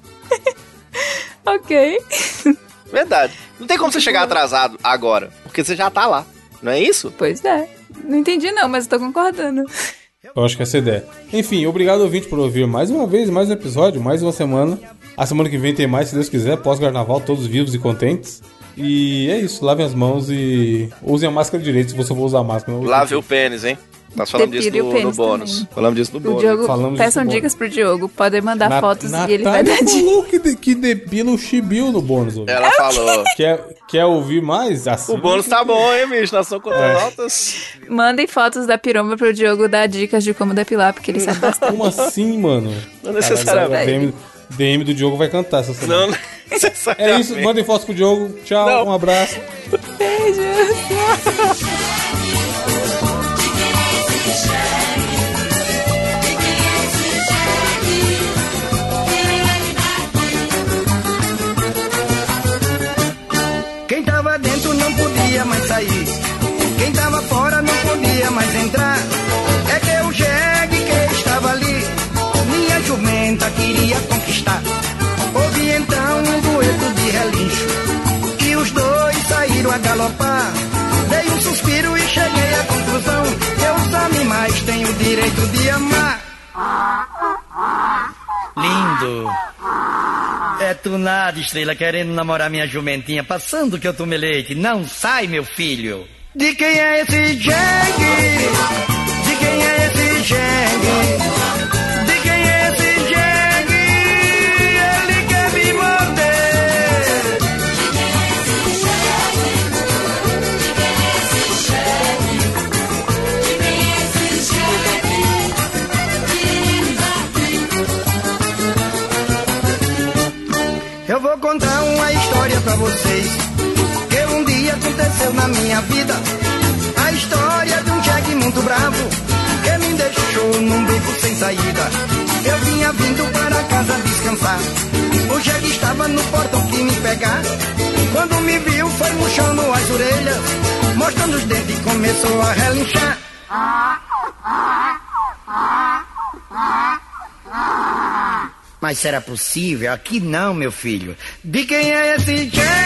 Ok. Verdade. Não tem como você chegar atrasado agora, porque você já tá lá. Não é isso? Pois é. Não entendi não, mas eu tô concordando. Eu acho que essa é a ideia. Enfim, obrigado ouvinte por ouvir mais uma vez, mais um episódio, mais uma semana. A semana que vem tem mais, se Deus quiser, pós-carnaval, todos vivos e contentes. E é isso, lavem as mãos e usem a máscara direito se você for usar a máscara. Não- Lá vê o pênis, hein? Nós falamos disso Depile o no, no pênis bônus. também. Falamos disso no O bônus. Diogo, falamos peçam isso, bom. dicas pro Diogo. Podem mandar Nat- fotos e ele vai Natália dar dicas. falou que, de, que depila o chibiu no bônus. ouvinte. É Ela falou. Quer, quer ouvir mais? É. O Assim, bônus tá bom, hein, bicho? Nós É. somos contra-notas. Mandem fotos da piromba pro Diogo dar dicas de como depilar, porque ele sabe bastante. Como assim, mano? Não é necessariamente. DM, DM do Diogo vai cantar essa semana. Não É necessariamente. isso, mandem fotos pro Diogo. Tchau, um Não. abraço. Quem tava dentro não podia mais sair. Quem tava fora não podia mais entrar. É que o jegue que estava ali, minha jumenta queria conquistar. Houve então um dueto de relincho. E os dois saíram a galopar. Dei um suspiro e cheguei à conclusão. Eu só me mais tenho o direito de amar. Lindo. É tu nada, estrela, querendo namorar minha jumentinha, passando que eu tomei leite. Não sai, meu filho. De quem é esse jegue? De quem é esse jegue? De quem é esse jegue? Ele quer me morder. Eu vou contar uma história pra vocês que um dia aconteceu na minha vida. A história de um jegue muito bravo que me deixou num beco sem saída. Eu vinha vindo para casa descansar. O jegue estava no portão que me pegar. Quando me viu, foi murchando as orelhas, mostrando os dentes e começou a relinchar. Mas será possível? Aqui não, meu filho. De quem é esse jegue? é